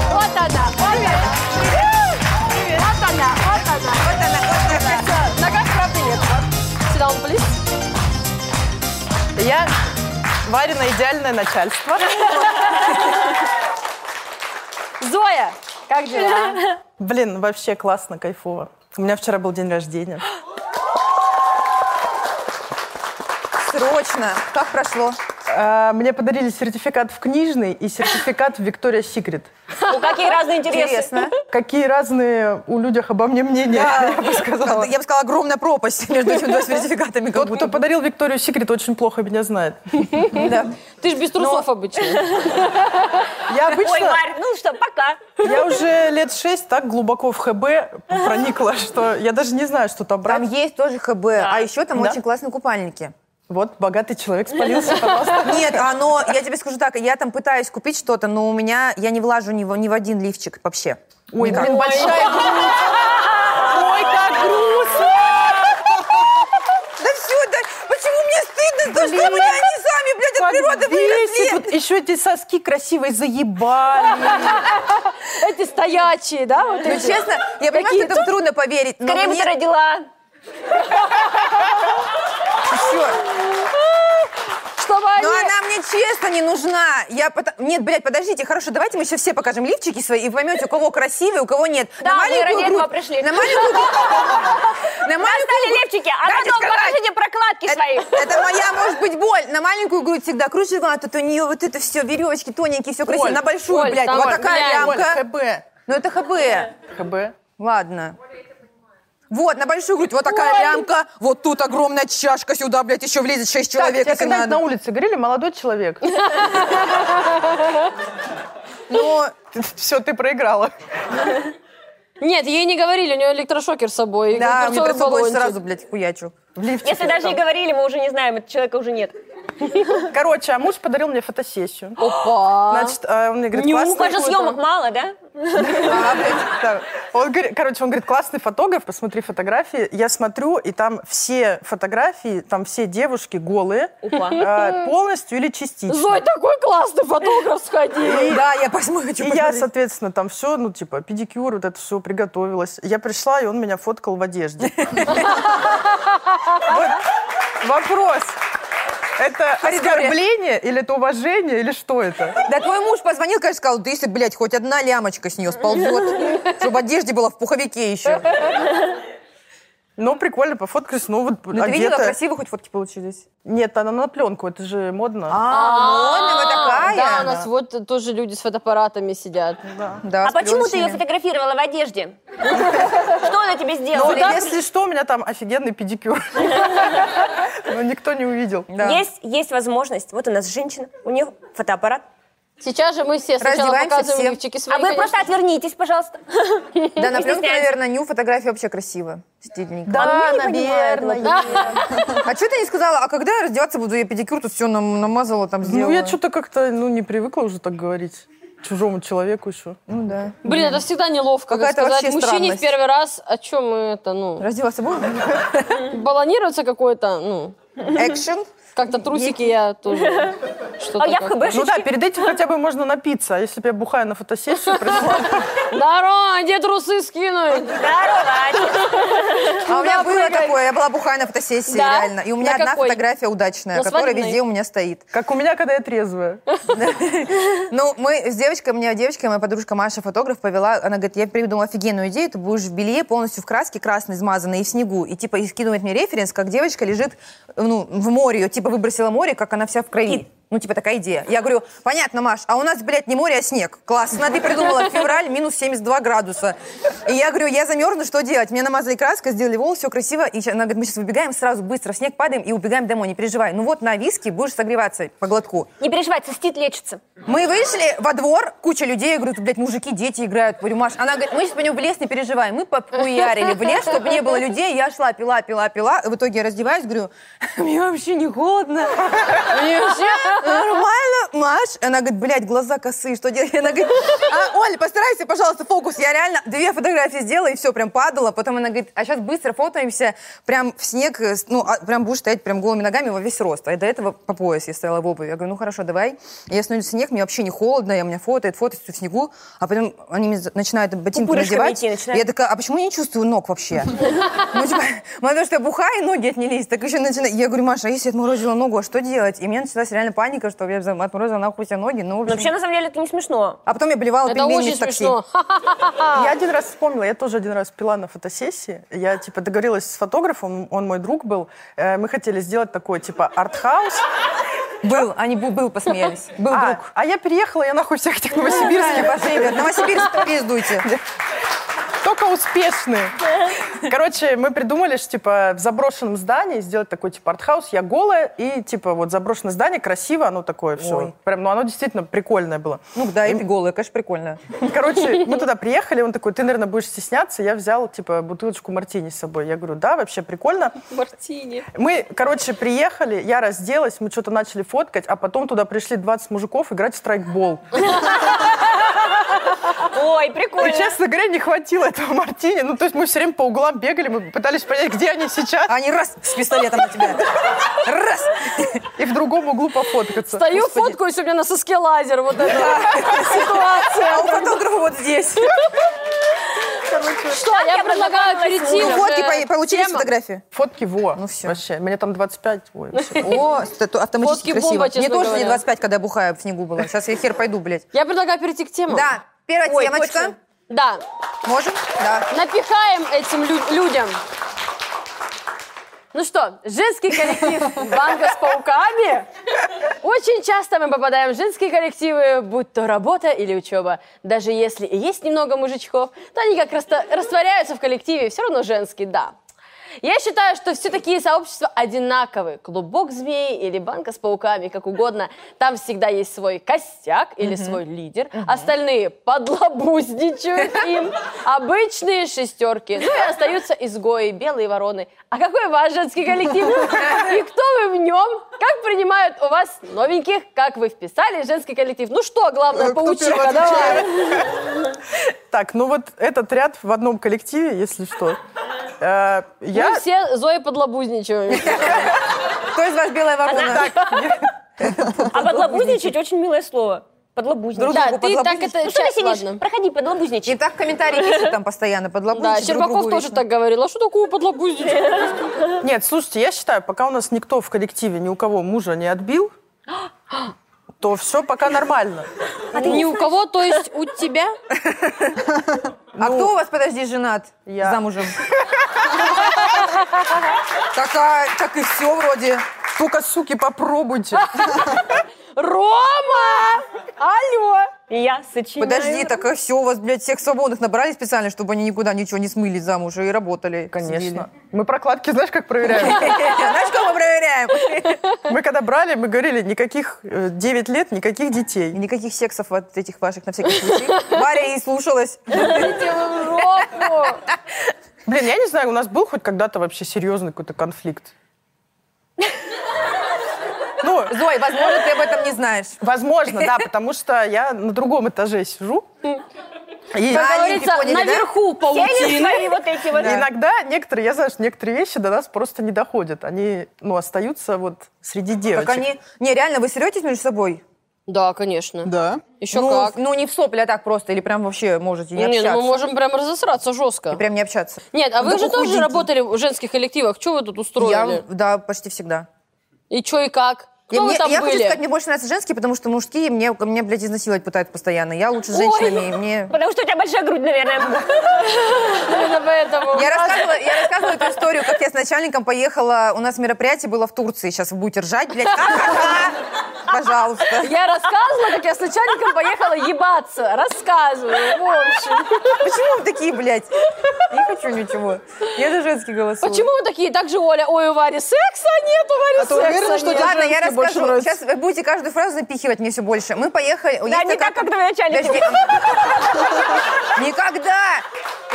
Speaker 1: Вот она, вот она. Вот она, вот она. Вот она, вот она. Нога правда нет. Сюда он, please.
Speaker 6: Я Варина идеальное начальство.
Speaker 1: Зоя, как дела?
Speaker 6: Блин, вообще классно, кайфово. У меня вчера был день рождения.
Speaker 2: Срочно. Как прошло?
Speaker 6: А, Мне подарили сертификат в книжный и сертификат в Виктория Секрет.
Speaker 3: Ну, какие разные интересы.
Speaker 2: Интересно.
Speaker 6: Какие разные у людях обо мне мнения, я бы сказала.
Speaker 2: Я бы сказала, огромная пропасть между этими двумя сертификатами. как
Speaker 6: Тот, кто подарил Викторию Секрет, очень плохо меня знает.
Speaker 2: будто, да.
Speaker 1: Ты ж без трусов обычно.
Speaker 6: Я
Speaker 3: Ой,
Speaker 6: обычно,
Speaker 3: Варь, ну что, пока.
Speaker 6: я уже лет шесть так глубоко в ХБ проникла, что я даже не знаю, что
Speaker 2: Там
Speaker 6: там брать.
Speaker 2: есть тоже ХБ, а еще там
Speaker 6: Да.
Speaker 2: очень классные купальники.
Speaker 6: Вот богатый человек спалился, пожалуйста.
Speaker 2: Нет, оно, я тебе скажу так, я там пытаюсь купить что-то, но у меня, я не влажу ни в, ни в один лифчик вообще.
Speaker 6: Ой,
Speaker 2: Никак.
Speaker 6: блин, большая грудь. Ой, как грустно.
Speaker 2: Да все, да, почему мне стыдно, то, что у меня они сами, блядь, от
Speaker 6: Как
Speaker 2: природы
Speaker 6: бесит.
Speaker 2: выросли.
Speaker 6: Вот еще эти соски красивые заебали.
Speaker 1: Эти стоячие, да? вот
Speaker 2: Ну,
Speaker 1: эти?
Speaker 2: честно, я понимаю, что это трудно поверить, но
Speaker 3: Скорее бы
Speaker 2: мне
Speaker 3: ты родила.
Speaker 2: Всё.
Speaker 1: чтобы они...
Speaker 2: Но Ну она мне честно не нужна. Я пото- Нет, блядь, подождите, хорошо, давайте мы сейчас все покажем лифчики свои и поймете, у кого красивый, у кого нет.
Speaker 3: Да, мы ради этого пришли.
Speaker 2: На маленькую грудь- На маленькую
Speaker 3: Стали лепчики, а
Speaker 2: Дайте
Speaker 3: потом
Speaker 2: сказать.
Speaker 3: покажите прокладки свои.
Speaker 2: Это моя, может быть, боль. На маленькую грудь всегда кружит, а тут у нее вот это все, веревочки тоненькие, все красиво.
Speaker 6: Оль,
Speaker 2: На большую,
Speaker 1: Оль,
Speaker 2: блядь,
Speaker 1: давай,
Speaker 2: вот такая
Speaker 1: блядь,
Speaker 6: Оль,
Speaker 2: лямка.
Speaker 6: ХБ.
Speaker 2: Ну это ХБ.
Speaker 6: ХБ.
Speaker 2: Ладно. Вот, на большую грудь вот такая лямка, вот тут огромная чашка сюда, блядь, еще влезет 6
Speaker 6: Так,
Speaker 2: человек,
Speaker 6: тебя
Speaker 2: если
Speaker 6: когда-нибудь на
Speaker 2: надо.
Speaker 6: улице говорили, молодой человек.
Speaker 2: Ну,
Speaker 6: Все, ты проиграла.
Speaker 1: Нет, ей не говорили, у нее электрошокер с собой.
Speaker 2: да, мне
Speaker 1: огурцовый
Speaker 2: просто бой
Speaker 1: баллончик.
Speaker 2: сразу, блядь, хуячу.
Speaker 6: В лифте.
Speaker 3: Если даже и говорили, мы уже не знаем, этого человека уже нет.
Speaker 6: Короче, а муж подарил мне фотосессию.
Speaker 1: Опа.
Speaker 6: Значит, а, он мне говорит,
Speaker 3: У
Speaker 6: классный...
Speaker 3: вас же съемок мало, да?
Speaker 6: А, блядь, да. Он говорит, короче, он говорит, классный фотограф, посмотри фотографии. Я смотрю, и там все фотографии, там все девушки голые.
Speaker 3: Опа.
Speaker 6: а, полностью или частично.
Speaker 1: Зой, такой классный фотограф сходил.
Speaker 2: Да, я посмотрю, хочу
Speaker 6: И я,
Speaker 2: посмотреть.
Speaker 6: соответственно, там все, ну, типа, педикюр, вот это все приготовилась. Я пришла, и он меня фоткал в одежде. Вот Вопрос. Это оскорбление или это уважение, или что это?
Speaker 2: Да твой муж позвонил, конечно, сказал, да если, блядь, хоть одна лямочка с нее сползет, чтобы одежде была в пуховике еще.
Speaker 6: Ну, прикольно, пофоткались, ну, вот
Speaker 2: Ну, ты видела,
Speaker 6: одетая.
Speaker 2: красивые хоть фотки получились?
Speaker 6: Нет, она на пленку, это же модно.
Speaker 2: А, модная вот такая.
Speaker 1: Да, у нас вот тоже люди с фотоаппаратами сидят.
Speaker 2: Да,
Speaker 3: А
Speaker 2: с
Speaker 3: почему ты ее
Speaker 2: пленочными.
Speaker 3: фотографировала в одежде? Что она тебе
Speaker 6: Ну,
Speaker 3: сделала?
Speaker 2: да.
Speaker 6: если что, у меня там офигенный педикюр. Но никто не увидел.
Speaker 2: Да.
Speaker 3: Есть, есть возможность. Вот у нас женщина, у нее фотоаппарат.
Speaker 1: Сейчас же мы все сначала
Speaker 2: Раздеваемся
Speaker 1: показываем
Speaker 2: всем.
Speaker 1: лифчики свои.
Speaker 3: А вы просто отвернитесь, пожалуйста.
Speaker 2: Да, на пленку,
Speaker 3: стесняйся.
Speaker 2: наверное, ню фотографии вообще красиво. Стильненько.
Speaker 6: Да,
Speaker 1: понимает, вот, да?
Speaker 2: А что ты не сказала, а когда я раздеваться буду, я педикюр тут все намазала, там сделала.
Speaker 6: Ну, я что-то как-то, ну, не привыкла уже так говорить. Чужому человеку еще.
Speaker 2: Ну, да.
Speaker 1: Блин, это всегда неловко. как
Speaker 2: Какая-то
Speaker 1: сказать
Speaker 2: вообще
Speaker 1: мужчине в
Speaker 2: странность.
Speaker 1: первый раз, о чем мы это, ну,
Speaker 2: Раздеваться буду?
Speaker 1: баллонируется какое-то, ну,
Speaker 2: Экшен.
Speaker 1: как-то трусики я тоже. что-то
Speaker 3: А я в
Speaker 1: как-то.
Speaker 3: ХБ
Speaker 6: Ну да, перед этим хотя бы можно напиться. А если бы я бухаю на фотосессию, пришла,
Speaker 1: Здорово, где трусы скинуть?
Speaker 2: А у меня
Speaker 1: Ну Да,
Speaker 2: было
Speaker 1: прыгай.
Speaker 2: такое, я была бухая на фотосессии,
Speaker 1: Да?
Speaker 2: реально. И у меня
Speaker 1: На
Speaker 2: одна
Speaker 1: какой?
Speaker 2: фотография удачная,
Speaker 1: На
Speaker 2: которая
Speaker 1: свадебной?
Speaker 2: везде у меня стоит.
Speaker 6: как у меня, когда я трезвая.
Speaker 2: Ну, мы с девочкой, мне девочка, моя подружка Маша, фотограф, повела. Она говорит, я придумала офигенную идею, ты будешь в белье полностью в краске красной измазанной и в снегу. И типа и скидывает мне референс, как девочка лежит ну, в море, ее типа выбросила море, как она вся в крови. Ну, типа такая идея. Я говорю, понятно, Маш, а у нас, блядь, не море, а снег. Классно, ты придумала февраль, минус 72 градуса. И я говорю, я замерзну, что делать? Мне намазали краской, сделали волосы, все красиво. И ща- она говорит, мы сейчас выбегаем сразу, быстро в снег падаем и убегаем домой, не переживай. Ну вот на виски будешь согреваться по глотку.
Speaker 3: Не переживай, цистит лечится.
Speaker 2: Мы вышли во двор, куча людей, я говорю, тут, блядь, мужики, дети играют. Говорю, Маш, она говорит, мы сейчас пойдем в лес, не переживай. Мы попуярили в лес, чтобы не было людей. Я шла, пила, пила, пила. В итоге я раздеваюсь, говорю, мне вообще не холодно. Мне вообще нормально, Маш. Она говорит, блядь, глаза косые, что делать? Она говорит, «А, Оль, постарайся, пожалуйста, фокус. Я реально две фотографии сделала, и все, прям падала. Потом она говорит, а сейчас быстро фотоемся, прям в снег, э, с- ну, а, прям будешь стоять прям голыми ногами во весь рост. А до этого по пояс я стояла в обуви. Я говорю, ну, хорошо, давай. Я становлюсь в снег, мне вообще не холодно, я у меня фотоет, фотоет всё в снегу. А потом они мне за- начинают ботинки
Speaker 3: Пупырышками
Speaker 2: надевать.
Speaker 3: идти начинают.
Speaker 2: Я такая, а почему я не чувствую ног вообще? Ну, типа, мало того, что я бухаю, ноги отнялись, так еще начинаю. Я говорю, Маша, а если я отморозила ногу, а что делать? И у меня началась реально паника, что я за- отморозила нахуй себе ноги. Ну, в общем.
Speaker 3: Но вообще, на самом деле, это не смешно.
Speaker 2: А потом я блевала
Speaker 1: Это
Speaker 2: пельменями
Speaker 1: очень
Speaker 2: в такси.
Speaker 1: смешно.
Speaker 2: А.
Speaker 6: Я один раз вспомнила, я тоже один раз пила на фотосессии. Я, типа, договорилась с фотографом, он мой друг был. Э, Мы хотели сделать такой, типа, артхаус.
Speaker 2: Был, они бу- был, посмеялись. Был
Speaker 6: А,
Speaker 2: друг.
Speaker 6: а я переехала, я нахуй всех этих новосибирских.
Speaker 2: Пошли, ребят, Новосибирск пиздуйте.
Speaker 6: Только успешные. Короче, мы придумали, что, типа, в заброшенном здании сделать такой, типа, артхаус. Я голая, и, типа, вот заброшенное здание красиво, оно такое все.
Speaker 2: Ой.
Speaker 6: Прям, ну, оно действительно прикольное было.
Speaker 2: Ну да, и ты голая, конечно, прикольно.
Speaker 6: Короче, мы туда приехали, он такой, ты, наверное, будешь стесняться. Я взял, типа, бутылочку мартини с собой. Я говорю, да, вообще прикольно.
Speaker 1: Мартини.
Speaker 6: Мы, короче, приехали, я разделась, мы что-то начали фоткать, а потом туда пришли 20 мужиков играть в страйкбол.
Speaker 3: Ой,
Speaker 6: И,
Speaker 2: Э.
Speaker 3: прикольно.
Speaker 6: честно говоря, не хватило этого мартини. Ну, то есть мы все время по углам бегали, мы пытались понять, где они сейчас,
Speaker 2: А они раз с пистолетом на тебя. Раз.
Speaker 6: и в другом углу пофоткаться.
Speaker 1: Стою, фоткаюсь, у меня на соске лазер. Вот это ситуация.
Speaker 2: А у фотографа вот здесь.
Speaker 6: короче.
Speaker 1: Что, я предлагаю перейти
Speaker 2: Ну вот,
Speaker 1: уже
Speaker 2: и по-
Speaker 1: к
Speaker 2: получились
Speaker 1: темам.
Speaker 2: фотографии.
Speaker 6: Фотки во.
Speaker 2: Ну всё.
Speaker 6: Вообще, мне там 25. Ой, всё.
Speaker 2: О, ст- то- автоматически
Speaker 1: Фотки бомба,
Speaker 2: красиво. Мне
Speaker 1: честно
Speaker 2: тоже не
Speaker 1: говоря.
Speaker 2: 25, когда я бухая в снегу была. Сейчас я хер пойду, блядь.
Speaker 1: Я предлагаю перейти к темам.
Speaker 2: Да, первая
Speaker 1: Ну. Ой,
Speaker 2: темочка.
Speaker 1: точно. Да.
Speaker 2: Можем? Да.
Speaker 1: Напихаем этим лю- людям. Ну что, женский коллектив банка с пауками. Очень часто мы попадаем в женские коллективы, будь то работа или учеба. Даже если и есть немного мужичков, то они как раста- растворяются в коллективе, все равно женский, да. Я считаю, что все такие сообщества одинаковы. Клубок змей или банка с пауками, как угодно. Там всегда есть свой костяк или свой лидер. Остальные подлабузничают им. Обычные шестерки. Ну и остаются изгои, белые вороны. А какой ваш женский коллектив? И кто вы в нем? Как принимают у вас новеньких? Как вы вписали женский коллектив? Ну что, главное,
Speaker 4: Э, кто первый
Speaker 1: паучиха,
Speaker 4: отвечает?
Speaker 1: давай.
Speaker 6: Так, ну вот этот ряд в одном коллективе, если что. Э,
Speaker 2: Ну,
Speaker 1: Мы
Speaker 6: Я...
Speaker 1: все Зои подлабузничаем.
Speaker 2: Кто из вас белая ворона?
Speaker 3: А подлабузничать очень милое слово. Подлабузничать.
Speaker 2: Друг
Speaker 1: Да,
Speaker 2: другу
Speaker 1: ты так
Speaker 2: подлабузничать?
Speaker 1: это...
Speaker 3: Ну что ты
Speaker 1: Сейчас,
Speaker 3: сидишь?
Speaker 1: ладно.
Speaker 3: Проходи,
Speaker 2: И
Speaker 3: подлабузничай.
Speaker 2: так комментарии пишут там постоянно,
Speaker 1: Да,
Speaker 2: подлабузить друг
Speaker 1: Щербаков
Speaker 2: другу
Speaker 1: тоже
Speaker 2: вечно.
Speaker 1: так говорил. А что такое подлабузничать?
Speaker 6: Нет, слушайте, я считаю, пока у нас никто в коллективе ни у кого мужа не отбил, то все пока нормально.
Speaker 1: Ни у кого, то есть у тебя?
Speaker 2: А
Speaker 1: Ну.
Speaker 2: кто у вас, подожди, женат?
Speaker 6: Я.
Speaker 2: Замужем. Так, а, так и все вроде.
Speaker 6: Только, суки, попробуйте.
Speaker 1: Рома! Алло!
Speaker 3: И я сочиняю.
Speaker 2: Подожди, так и все, у вас, блядь, всех свободных набрали специально, чтобы они никуда ничего не смыли замуж и работали. сидели.
Speaker 6: Конечно. Мы прокладки, знаешь, как проверяем?
Speaker 2: Знаешь, кого мы проверяем?
Speaker 6: Мы когда брали, мы говорили, никаких э, 9 лет, никаких
Speaker 2: И
Speaker 6: детей.
Speaker 2: Никаких сексов от этих ваших на всякий случай. Варя и слушалась.
Speaker 1: Идите вы в жопу!
Speaker 6: Блин, я не знаю, у нас был хоть когда-то вообще серьезный какой-то конфликт? Ну,
Speaker 2: Зой, возможно, ты об этом не знаешь.
Speaker 6: возможно, да, потому что я на другом этаже сижу. И
Speaker 2: Да,
Speaker 1: Как
Speaker 2: Аленки
Speaker 1: говорится,
Speaker 2: поняли, да?
Speaker 1: наверху
Speaker 3: Тени
Speaker 1: паутина.
Speaker 3: свои вот эти вот.
Speaker 6: иногда некоторые, я знаю, что некоторые вещи до нас просто не доходят. Они, ну, остаются вот среди девочек.
Speaker 2: Как Ну, они... Не, реально, вы серетесь между собой?
Speaker 1: Да, конечно.
Speaker 4: Да.
Speaker 1: Еще
Speaker 2: ну,
Speaker 1: как.
Speaker 2: ну, не в сопли, а так просто. Или прям вообще можете не
Speaker 1: Не,
Speaker 2: общаться.
Speaker 1: ну мы можем прям разосраться
Speaker 2: И
Speaker 1: жестко.
Speaker 2: Прям не общаться.
Speaker 1: Нет, а вы
Speaker 2: Да
Speaker 1: же тоже
Speaker 2: уходите.
Speaker 1: работали в женских коллективах. Что вы тут
Speaker 2: Я,
Speaker 1: устроили?
Speaker 2: да, почти всегда.
Speaker 1: И что и как?
Speaker 2: И
Speaker 1: Кто вы
Speaker 2: мне-
Speaker 1: там
Speaker 2: я хочу сказать,
Speaker 1: были?
Speaker 2: мне больше нравятся женские, потому что мужские мне, мне блядь, изнасиловать пытают постоянно. Я лучше с
Speaker 1: Ой.
Speaker 2: женщинами. и Мне...
Speaker 3: Потому что у тебя большая грудь, наверное.
Speaker 1: Именно поэтому.
Speaker 2: Я рассказывала, я рассказывала эту историю, как я с начальником поехала. У нас мероприятие было в Турции. Сейчас вы будете ржать, блядь. Ха-ха-ха. Пожалуйста.
Speaker 1: Я рассказывала, как я с начальником поехала ебаться. Рассказываю, в общем.
Speaker 2: Почему вы такие, блядь? Не хочу ничего. Я за женский голосую.
Speaker 1: Почему вы такие? Так же, Оля, ой, у Вари секса нет, у Вари
Speaker 4: А ты
Speaker 1: секса
Speaker 4: уверена, что
Speaker 1: нет.
Speaker 4: тебе
Speaker 2: Ладно, я
Speaker 4: женские больше
Speaker 2: расскажу.
Speaker 4: нравятся?
Speaker 2: Сейчас вы будете каждую фразу запихивать мне все больше. Мы поехали.
Speaker 3: Да, не так, как твой начальник.
Speaker 2: Подожди. Никогда!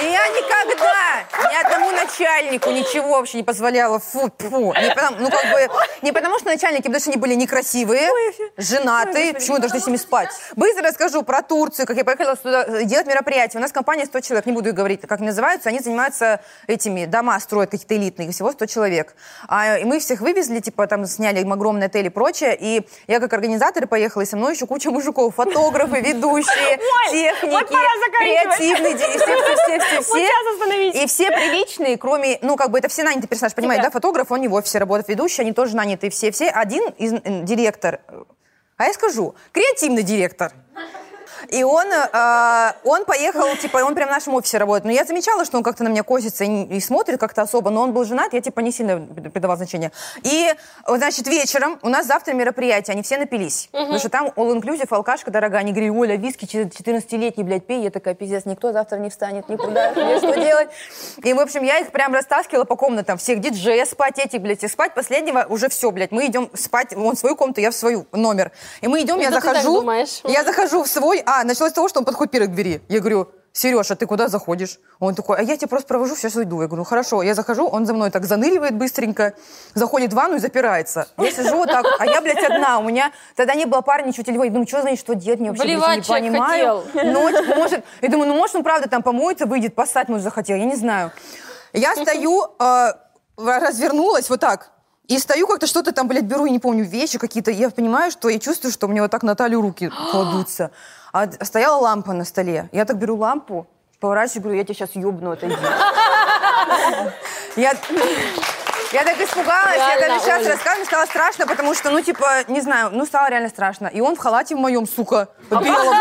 Speaker 2: И я никогда ни одному начальнику ничего вообще не позволяла. Фу, фу. Не потому, ну, как бы, не потому что начальники, потому что они были некрасивые, женатые. Почему я должна с ними спать? Быстро расскажу про Турцию, как я поехала туда делать мероприятие. У нас компания 100 человек, не буду их говорить, как они называются. Они занимаются этими, дома строят какие-то элитные, всего 100 человек. А, и мы их всех вывезли, типа, там сняли им огромный отель и прочее. И я как организатор поехала, и со мной еще куча мужиков, фотографы, ведущие,
Speaker 3: вот
Speaker 2: техники,
Speaker 3: пора заканчивать.
Speaker 2: креативные, де- все, все, все, все,
Speaker 3: Вот
Speaker 2: все.
Speaker 3: сейчас остановись.
Speaker 2: И все приличные, кроме, ну, как бы это все нанятые персонажи, понимаете,
Speaker 3: Да.
Speaker 2: да, фотограф, он не в офисе работает, ведущий, они тоже нанятые все-все. Один из м, директор, э, а я скажу, креативный директор. И он, э, он поехал, типа, он прям в нашем офисе работает. Но я замечала, что он как-то на меня косится и, не- и смотрит как-то особо, но он был женат, я, типа, не сильно придавала значения. И, э, значит, вечером у нас завтра мероприятие, они все напились. Потому что там all-inclusive, алкашка дорогая. Они говорили, Оля, виски че- 14-летний, блядь, пей. Я такая, пиздец, никто завтра не встанет никуда, мне что делать? И, в общем, я их прям растаскивала по комнатам. Всех диджея спать, этих, блядь, и спать. Последнего уже все, блядь, мы идем спать. Он в свою комнату, я в свою номер. И мы идем, я
Speaker 1: Это Ну, ты так
Speaker 2: захожу.
Speaker 1: думаешь.
Speaker 2: Я захожу в свой, а, началось с того, что он подходит первый к двери. Я говорю, Сереж, а ты куда заходишь? Он такой, а я тебя просто провожу, сейчас уйду. Я говорю, хорошо. Я захожу, он за мной так заныривает быстренько, заходит в ванну и запирается. Я сижу вот так, а я, блядь, одна. У меня тогда не было парня, ничего телефона. Я думаю, что значит, что делать? Мне вообще блядь,
Speaker 1: Блевать
Speaker 2: я не
Speaker 1: человек
Speaker 2: понимаю. Ночь, может. Я думаю, ну, может, он правда там помоется, выйдет, поссать, может, захотел. Я не знаю. Я стою, э, развернулась вот так. И стою как-то что-то там, блядь, беру, я не помню, вещи какие-то. Я понимаю, что я чувствую, что мне вот так на талию руки кладутся. А д- стояла лампа на столе. Я так беру лампу, Поворачиваюсь, говорю, я тебя сейчас ёбну, отойди. Я... Я так испугалась, я
Speaker 1: Реально,
Speaker 2: даже сейчас
Speaker 1: Оля.
Speaker 2: рассказываю, мне стало страшно, потому что, ну, типа, не знаю, ну, стало реально страшно. И он в халате в моем, сука, под белым,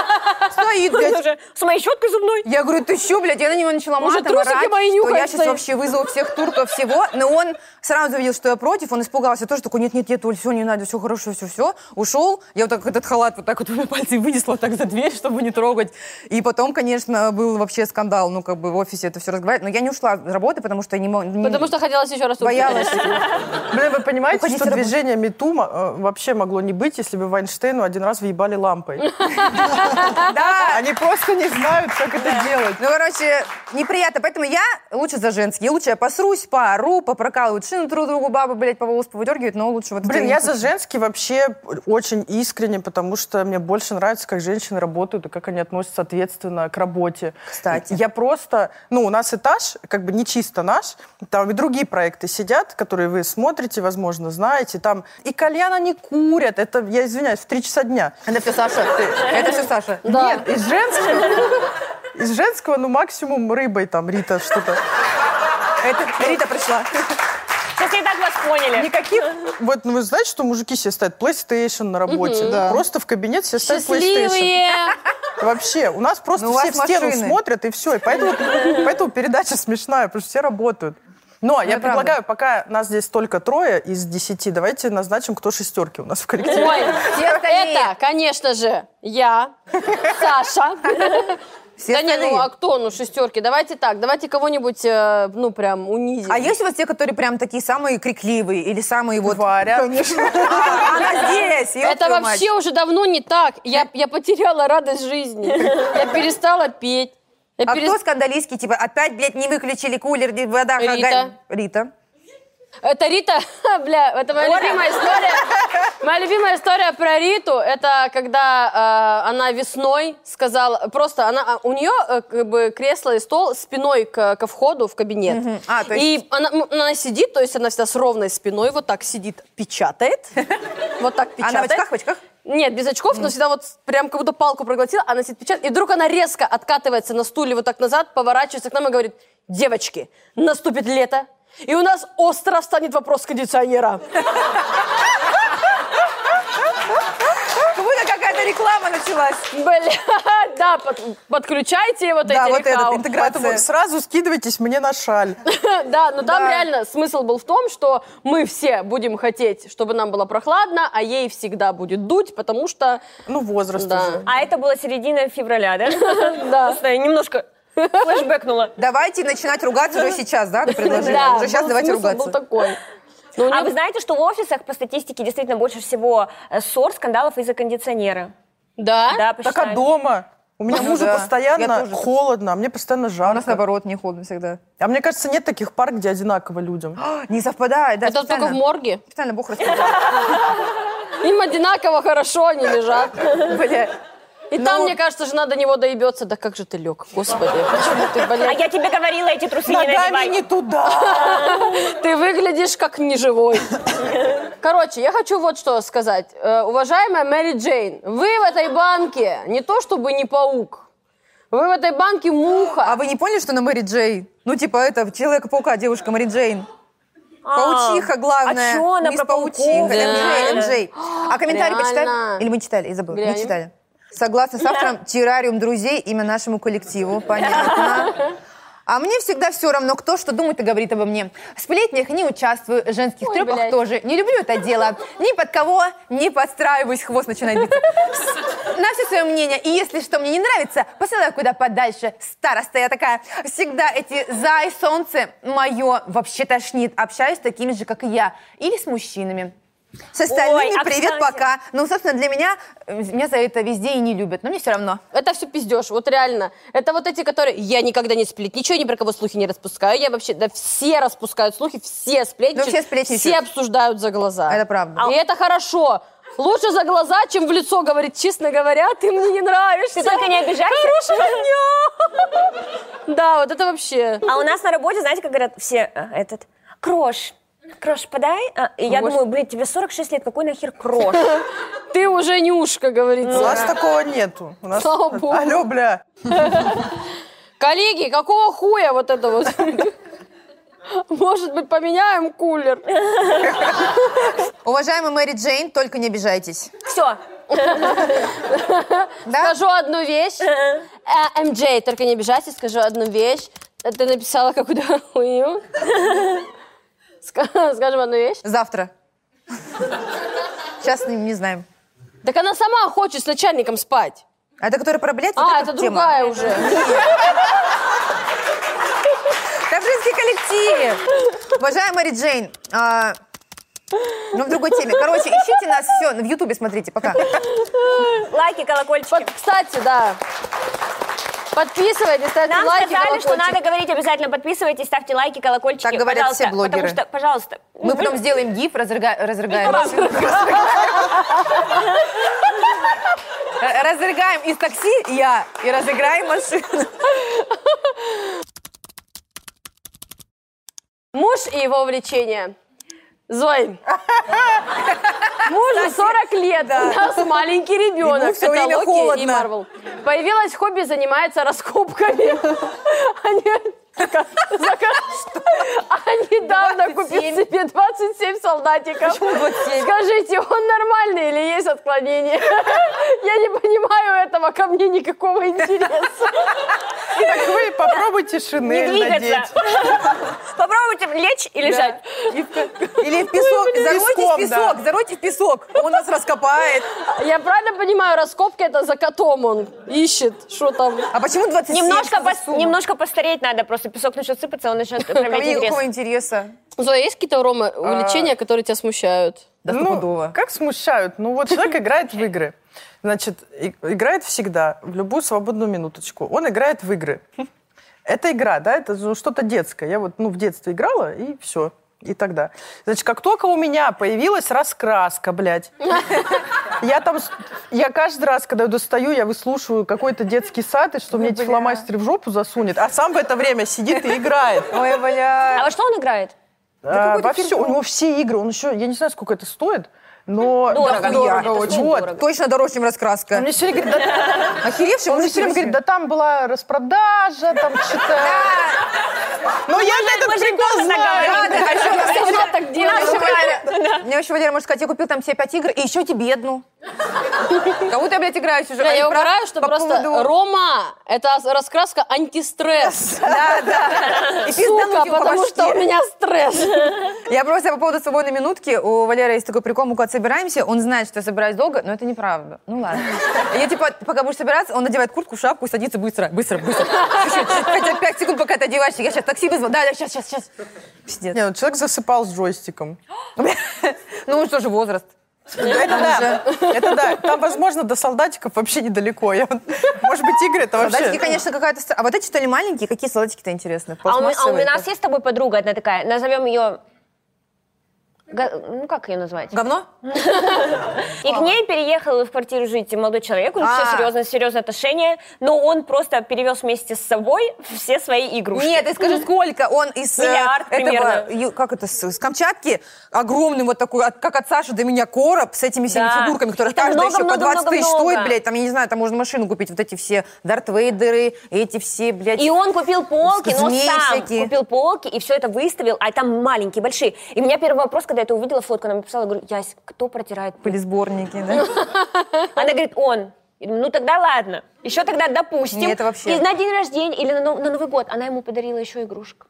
Speaker 2: стоит, блядь.
Speaker 3: Уже С моей щеткой зубной.
Speaker 2: Я говорю, ты чё, блядь, я на него начала
Speaker 1: Уже
Speaker 2: матом
Speaker 1: трусики
Speaker 2: орать,
Speaker 1: мои
Speaker 2: что я
Speaker 1: нюхают,
Speaker 2: сейчас
Speaker 1: стоит.
Speaker 2: вообще вызову всех турков всего. Но он сразу увидел, что я против, он испугался тоже, такой, нет-нет-нет, Оль, все, не надо, все хорошо, все, все. Ушел, я вот так этот халат вот так вот двумя пальцами вынесла вот так за дверь, чтобы не трогать. И потом, конечно, был вообще скандал, ну, как бы в офисе это все разговаривать. Но я не ушла с работы, потому что я не мог... не-
Speaker 1: Потому что хотелось еще раз увидеть.
Speaker 2: Боялась.
Speaker 6: Блин, вы понимаете,
Speaker 2: Уходи с
Speaker 6: что
Speaker 2: работы.
Speaker 6: движение Мету э, вообще могло не быть, если бы Вайнштейну один раз въебали лампой.
Speaker 2: Да,
Speaker 6: Они просто не знают, как это делать.
Speaker 2: Ну, короче, неприятно. Поэтому я лучше за женские. Лучше я посрусь, поору, попрокалывают шину друг другу, бабы, блядь, по волосу повыдергивают, но лучше вот...
Speaker 6: Блин,
Speaker 2: это
Speaker 6: я
Speaker 2: не-
Speaker 6: за женский вообще очень искренне, потому что мне больше нравится, как женщины работают и как они относятся ответственно к работе.
Speaker 2: Кстати.
Speaker 6: Я просто... Ну, у нас этаж, как бы не чисто наш, там и другие проекты сидят, которые вы смотрите, возможно, знаете, там и кальян они курят, это, я извиняюсь, в три часа дня.
Speaker 2: Это все Саша. Это все Саша.
Speaker 1: Да.
Speaker 6: Нет, из женского... Из женского, ну, максимум рыбой там, Рита, что-то.
Speaker 2: Это Рита пришла.
Speaker 3: Сейчас я и так вас поняли.
Speaker 6: Никаких... Вот, ну, вы знаете, что мужики себе ставят PlayStation на работе?
Speaker 4: Да.
Speaker 6: Просто в кабинет себе ставят PlayStation.
Speaker 1: Счастливые!
Speaker 6: Вообще, у нас просто
Speaker 2: Ну, у
Speaker 6: все
Speaker 2: вас
Speaker 6: в стену
Speaker 2: машины.
Speaker 6: смотрят, и все. И поэтому, поэтому передача смешная, потому что все работают. Но я
Speaker 2: правда.
Speaker 6: предлагаю, пока нас здесь только трое из десяти, давайте назначим, кто шестерки у нас в коллективе.
Speaker 1: Ой,
Speaker 2: Все остальные.
Speaker 1: это, конечно же, я, Саша.
Speaker 2: Все
Speaker 1: Да не, ну
Speaker 2: остальные.
Speaker 1: а кто, ну шестерки? Давайте так, давайте кого-нибудь, э, ну прям унизим.
Speaker 2: А есть у вас те, которые прям такие самые крикливые или самые вот...
Speaker 6: Варя.
Speaker 2: А, Она здесь! ёб
Speaker 1: Это
Speaker 2: твою мать. А
Speaker 1: вообще уже давно не так. Я, я потеряла радость жизни. Я перестала петь. Я
Speaker 2: А
Speaker 1: перес-
Speaker 2: кто скандалистский, типа, опять, блядь, не выключили кулер, где вода...
Speaker 1: Рита.
Speaker 2: га- Рита.
Speaker 1: Это Рита, бля, это моя любимая история. Моя любимая история про Риту, это когда э, она весной сказала, просто она, а, у нее э, как бы кресло и стол спиной к, ко входу в кабинет.
Speaker 2: А, то есть-
Speaker 1: И она, м, она сидит, то есть она всегда с ровной спиной вот так сидит, печатает, вот так печатает.
Speaker 2: Она в очках, в очках?
Speaker 1: Нет, без очков,
Speaker 2: Ну.
Speaker 1: но всегда вот прям как будто палку проглотила, она сидит печатает, и вдруг она резко откатывается на стуле вот так назад, поворачивается к нам и говорит, девочки, наступит лето, и у нас остро встанет вопрос кондиционера.
Speaker 2: Как будто какая-то реклама началась.
Speaker 1: Бля, да, под- подключайте вот
Speaker 2: Да,
Speaker 1: эти
Speaker 2: вот
Speaker 1: рекау.
Speaker 2: этот интеграция.
Speaker 6: Поэтому сразу скидывайтесь мне на шаль.
Speaker 1: Да, но там
Speaker 2: Да.
Speaker 1: реально смысл был в том, что мы все будем хотеть, чтобы нам было прохладно, а ей всегда будет дуть, потому что,
Speaker 6: Ну, возраст
Speaker 1: Да.
Speaker 6: уже.
Speaker 3: А это была середина февраля, да?
Speaker 1: да.
Speaker 3: Просто я немножко флешбэкнула.
Speaker 2: Давайте начинать ругаться уже сейчас, да, ты предложила?
Speaker 1: Да,
Speaker 2: уже сейчас
Speaker 1: был-
Speaker 2: давайте
Speaker 1: смысл
Speaker 2: ругаться.
Speaker 1: был такой. Ну, Но у
Speaker 3: А
Speaker 1: неё
Speaker 3: вы знаете, что в офисах по статистике действительно больше всего э, ссор, скандалов из-за кондиционера?
Speaker 1: Да?
Speaker 3: Да,
Speaker 6: Так а
Speaker 3: посчитали.
Speaker 6: дома? У меня
Speaker 2: Ну
Speaker 6: мужу
Speaker 2: да, я
Speaker 6: постоянно
Speaker 2: тоже.
Speaker 6: холодно, а мне постоянно
Speaker 2: А у нас
Speaker 6: жарко.
Speaker 2: наоборот, не холодно всегда.
Speaker 6: А мне кажется, нет таких пар, где одинаково людям.
Speaker 2: А, Не совпадает, да,
Speaker 1: Это только
Speaker 2: специально.
Speaker 1: в морге.
Speaker 2: Специально Бог рассказал.
Speaker 1: Им одинаково хорошо они лежат.
Speaker 2: Бля.
Speaker 1: И там, мне кажется, жена до него доебется. Да как же ты лег, господи, почему ты,
Speaker 3: А
Speaker 1: блядь,
Speaker 3: я тебе говорила, эти трусы не
Speaker 6: Ногами
Speaker 3: надевай.
Speaker 6: не туда.
Speaker 1: ты выглядишь как неживой. Короче, я хочу вот что сказать. Э, уважаемая Мэри Джейн, вы в этой банке не то чтобы не паук, вы в этой банке муха.
Speaker 2: А вы не поняли, что на Мэри Джей? Ну, типа, это Человека-паука, девушка Мэри Джейн. Паучиха, главное.
Speaker 3: А чё она
Speaker 2: Мисс
Speaker 3: про пауков?
Speaker 2: Паучиха,
Speaker 1: Да.
Speaker 2: MJ, MJ. А комментарии
Speaker 1: Реально.
Speaker 2: почитали? Или мы читали? Я забыла.
Speaker 1: Глянем.
Speaker 2: Не читали. Согласна с автором, террариум друзей, имя нашему коллективу. Понятно. А мне всегда все равно, кто что думает и говорит обо мне. В сплетнях не участвую, в женских
Speaker 1: Ой,
Speaker 2: трепах
Speaker 1: блядь.
Speaker 2: тоже. Не люблю это дело. Ни под кого не подстраиваюсь, хвост начинает биться. С- На все свое мнение. И если что мне не нравится, посылаю куда подальше. Староста я такая. Всегда эти за и солнце мое вообще тошнит. Общаюсь с такими же, как и я. Или с мужчинами. С остальными
Speaker 3: Ой, а
Speaker 2: привет,
Speaker 3: кстати.
Speaker 2: пока. Ну, собственно, для меня, э, меня за это везде и не любят. Но мне все равно.
Speaker 1: Это все пиздешь, вот реально. Это вот эти, которые... Я никогда не сплетничаю, ничего ни про кого слухи не распускаю. Я вообще... Да все распускают слухи, все сплетничают.
Speaker 2: Ну, все сплетничают.
Speaker 1: Все обсуждают за глаза.
Speaker 2: Это правда.
Speaker 1: И это хорошо. Лучше за глаза, чем в лицо говорить. Честно говоря, ты мне не нравишься.
Speaker 3: Ты только не обижайся.
Speaker 1: Да, вот это вообще.
Speaker 3: А у нас на работе, знаете, как говорят все, э, этот, крош, крош, подай. А, И я
Speaker 1: Крош.
Speaker 3: думаю, блин, тебе 46 лет, какой нахер крош?
Speaker 1: Ты уже не ушка,
Speaker 6: У нас
Speaker 1: говорится.
Speaker 6: такого нету. У нас-
Speaker 1: Слава богу.
Speaker 6: Алло, бля.
Speaker 1: Коллеги, какого хуя вот это вот? Может быть, поменяем кулер?
Speaker 2: Уважаемый Мэри Джейн, только не обижайтесь.
Speaker 3: Все.
Speaker 2: Да?
Speaker 1: Скажу одну вещь. Э, МД, только не обижайтесь, скажу одну вещь. Э, Ты написала какую-то хуйню. Ска- Скажем одну вещь.
Speaker 2: Завтра. Сейчас не, не знаем.
Speaker 1: Так она сама хочет с начальником спать.
Speaker 2: А это которая про блядь? вот
Speaker 1: А,
Speaker 2: эта
Speaker 1: это
Speaker 2: тема?
Speaker 1: другая уже.
Speaker 2: Тавринский коллектив! Уважаемая Мэри Джейн, а, ну, в другой теме. Короче, ищите нас все. В Ютубе смотрите, пока.
Speaker 3: Лайки, колокольчики.
Speaker 1: Под- кстати, да. Подписывайтесь, ставьте
Speaker 3: Нам
Speaker 1: лайки,
Speaker 3: сказали, что
Speaker 1: колокольчик.
Speaker 3: надо говорить обязательно. Подписывайтесь, ставьте лайки, колокольчики.
Speaker 2: Так говорят
Speaker 3: пожалуйста,
Speaker 2: все блогеры.
Speaker 3: Потому что, пожалуйста.
Speaker 2: Мы потом сделаем гиф, разрыга- разрыгаем. Р- Разрыгаем из такси я и разыграем машину.
Speaker 1: Муж и его увлечение. Зой. Мужу 40 лет, у нас маленький ребенок.
Speaker 2: всё время
Speaker 1: Это Локи и
Speaker 2: холодно.
Speaker 1: Марвел. Появилось хобби, занимается раскопками. Они... А недавно купил себе 27 солдатиков. Скажите, он нормальный или есть отклонение? Я не понимаю этого, ко мне никакого интереса.
Speaker 6: Так вы попробуйте
Speaker 3: Не
Speaker 6: шинель надеть.
Speaker 3: двигаться. Попробуйте лечь и лежать.
Speaker 2: Или в песок. Заройтесь в
Speaker 6: Песком, да.
Speaker 2: песок, заройтесь в песок. Он нас раскопает.
Speaker 1: Я правильно понимаю, раскопки это за котом он ищет, что там.
Speaker 2: А почему 27?
Speaker 3: Немножко,
Speaker 2: Что за
Speaker 3: пос-
Speaker 2: сумма?
Speaker 3: немножко постареть надо, просто песок начнет сыпаться, он начнет проявлять
Speaker 2: Какого
Speaker 3: интерес.
Speaker 2: какого интереса?
Speaker 1: Зоя, есть какие-то, Рома,
Speaker 2: А.
Speaker 1: увлечения, которые тебя смущают?
Speaker 2: Да
Speaker 6: Ну,
Speaker 2: стопудово.
Speaker 6: как смущают? Ну, вот человек играет в игры. Значит, и- играет всегда, в любую свободную минуточку. Он играет в игры. Это игра, да, это ну, что-то детское. Я вот, ну, в детстве играла, и все. И тогда. Значит, как только у меня появилась раскраска, блядь, я там, с- я каждый раз, когда я достаю, я выслушиваю какой-то детский сад, и что
Speaker 2: Ну,
Speaker 6: мне тифломастер в жопу засунет, а сам в это время сидит и играет.
Speaker 2: Ой, бля.
Speaker 3: А во что он играет?
Speaker 6: А,
Speaker 2: какой-то
Speaker 6: во все, у него все игры, он еще, я не знаю, сколько это стоит, но...
Speaker 3: Дорого.
Speaker 6: Да,
Speaker 2: Дорого, это
Speaker 6: дорого очень.
Speaker 3: дорого.
Speaker 6: Вот.
Speaker 2: Точно дороже, чем
Speaker 6: Он
Speaker 3: Ну,
Speaker 2: раскраска.
Speaker 6: мне все время говорит, да,
Speaker 2: Охеревший,
Speaker 6: он мне
Speaker 2: может,
Speaker 6: все время говорит, да там была распродажа, там что-то.
Speaker 2: Ну,
Speaker 6: Но я-то этот прикол знаю.
Speaker 2: Надо, а ещё- а ещё-
Speaker 1: так делают.
Speaker 2: Мне еще Валера может сказать, я купил там себе пять игр и еще тебе одну. Кого ты, блядь, играешь уже?
Speaker 1: Бля,
Speaker 2: А
Speaker 1: я
Speaker 2: и прав
Speaker 1: угораю, что
Speaker 2: по
Speaker 1: просто
Speaker 2: поводу-
Speaker 1: Рома – это раскраска антистресс,
Speaker 2: И пиздануть
Speaker 1: сука,
Speaker 2: его по
Speaker 1: потому что у
Speaker 2: башке.
Speaker 1: меня стресс.
Speaker 2: Я просто по поводу свободной минутки. У Валеры есть такой прикол, мы куда собираемся, он знает, что я собираюсь долго, но это неправда. Ну ладно. Я типа, пока будешь собираться, он надевает куртку, шапку и садится быстро, быстро, быстро. Слушай, Хотя пять секунд, пока ты одеваешься, я сейчас такси вызвал. Да, да, сейчас, сейчас, сейчас. Пиздец.
Speaker 6: Не, ну человек засыпал с джойстиком.
Speaker 2: Ну что же, возраст.
Speaker 6: Это да, это да. Там, возможно, до солдатиков вообще недалеко. Я вот- Может быть, игры это
Speaker 2: Солдатики,
Speaker 6: вообще...
Speaker 2: А конечно, какая-то... ст- А вот эти, что ли, маленькие? Какие солдатики-то интересные?
Speaker 3: ну. А у, ми- а у
Speaker 2: Пластмассовые?
Speaker 3: нас есть с тобой подруга одна такая, назовем ее... Ну, как ее назвать?
Speaker 2: Говно?
Speaker 3: И к ней переехал в квартиру жить молодой человек, у них
Speaker 2: А.
Speaker 3: все серьезно, серьезные отношения, но он просто перевез вместе с собой все свои игрушки.
Speaker 2: Нет, ты скажи, сколько он из э,
Speaker 3: Миллиард примерно.
Speaker 2: этого, ю- как это, с, с Камчатки, огромный вот такой, от- как от Саши до меня короб с этими всеми
Speaker 3: Да.
Speaker 2: фигурками, которые
Speaker 3: И там
Speaker 2: каждая
Speaker 3: много,
Speaker 2: еще по
Speaker 3: много,
Speaker 2: 20 тысяч
Speaker 3: много,
Speaker 2: стоит,
Speaker 3: много.
Speaker 2: блядь, там, я не знаю, там можно машину купить, вот эти все Дарт Вейдеры, эти все, блядь.
Speaker 3: И он купил полки, но
Speaker 2: Змеи
Speaker 3: сам
Speaker 2: всякие.
Speaker 3: купил полки и все это выставил, а там маленькие, большие. И у меня первый вопрос, когда я это увидела, фотку, она мне писала, говорю, Ясь, кто протирает пыль?
Speaker 2: Пылесборники, да?
Speaker 3: Она говорит, он. Я думаю, ну тогда ладно. Еще тогда допустим.
Speaker 2: Не, это вообще-
Speaker 3: И на день рождения или на, Нов- на Новый год она ему подарила еще игрушек.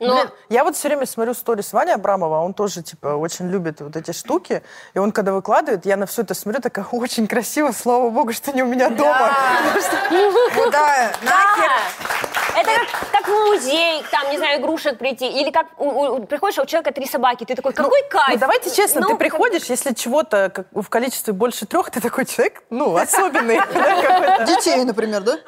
Speaker 1: Но
Speaker 6: Блин, я вот все время смотрю сторис Вани Абрамова, он тоже, типа, очень любит вот эти штуки. И он, когда выкладывает, я на все это смотрю, такая, очень
Speaker 4: Ну,
Speaker 6: красиво, слава богу, что не у меня дома.
Speaker 2: Ну да, нахер.
Speaker 3: Да. А, Это как, как в музей, там, не знаю, игрушек прийти. Или как у- у- приходишь, а у человека три собаки. Ты такой, какой кайф.
Speaker 6: Ну, давайте честно,
Speaker 3: Ну,
Speaker 6: ты
Speaker 3: как-
Speaker 6: приходишь, если чего-то как- в количестве больше трех, ты такой человек, ну, особенный. да, какой-то.
Speaker 4: Детей, например, да?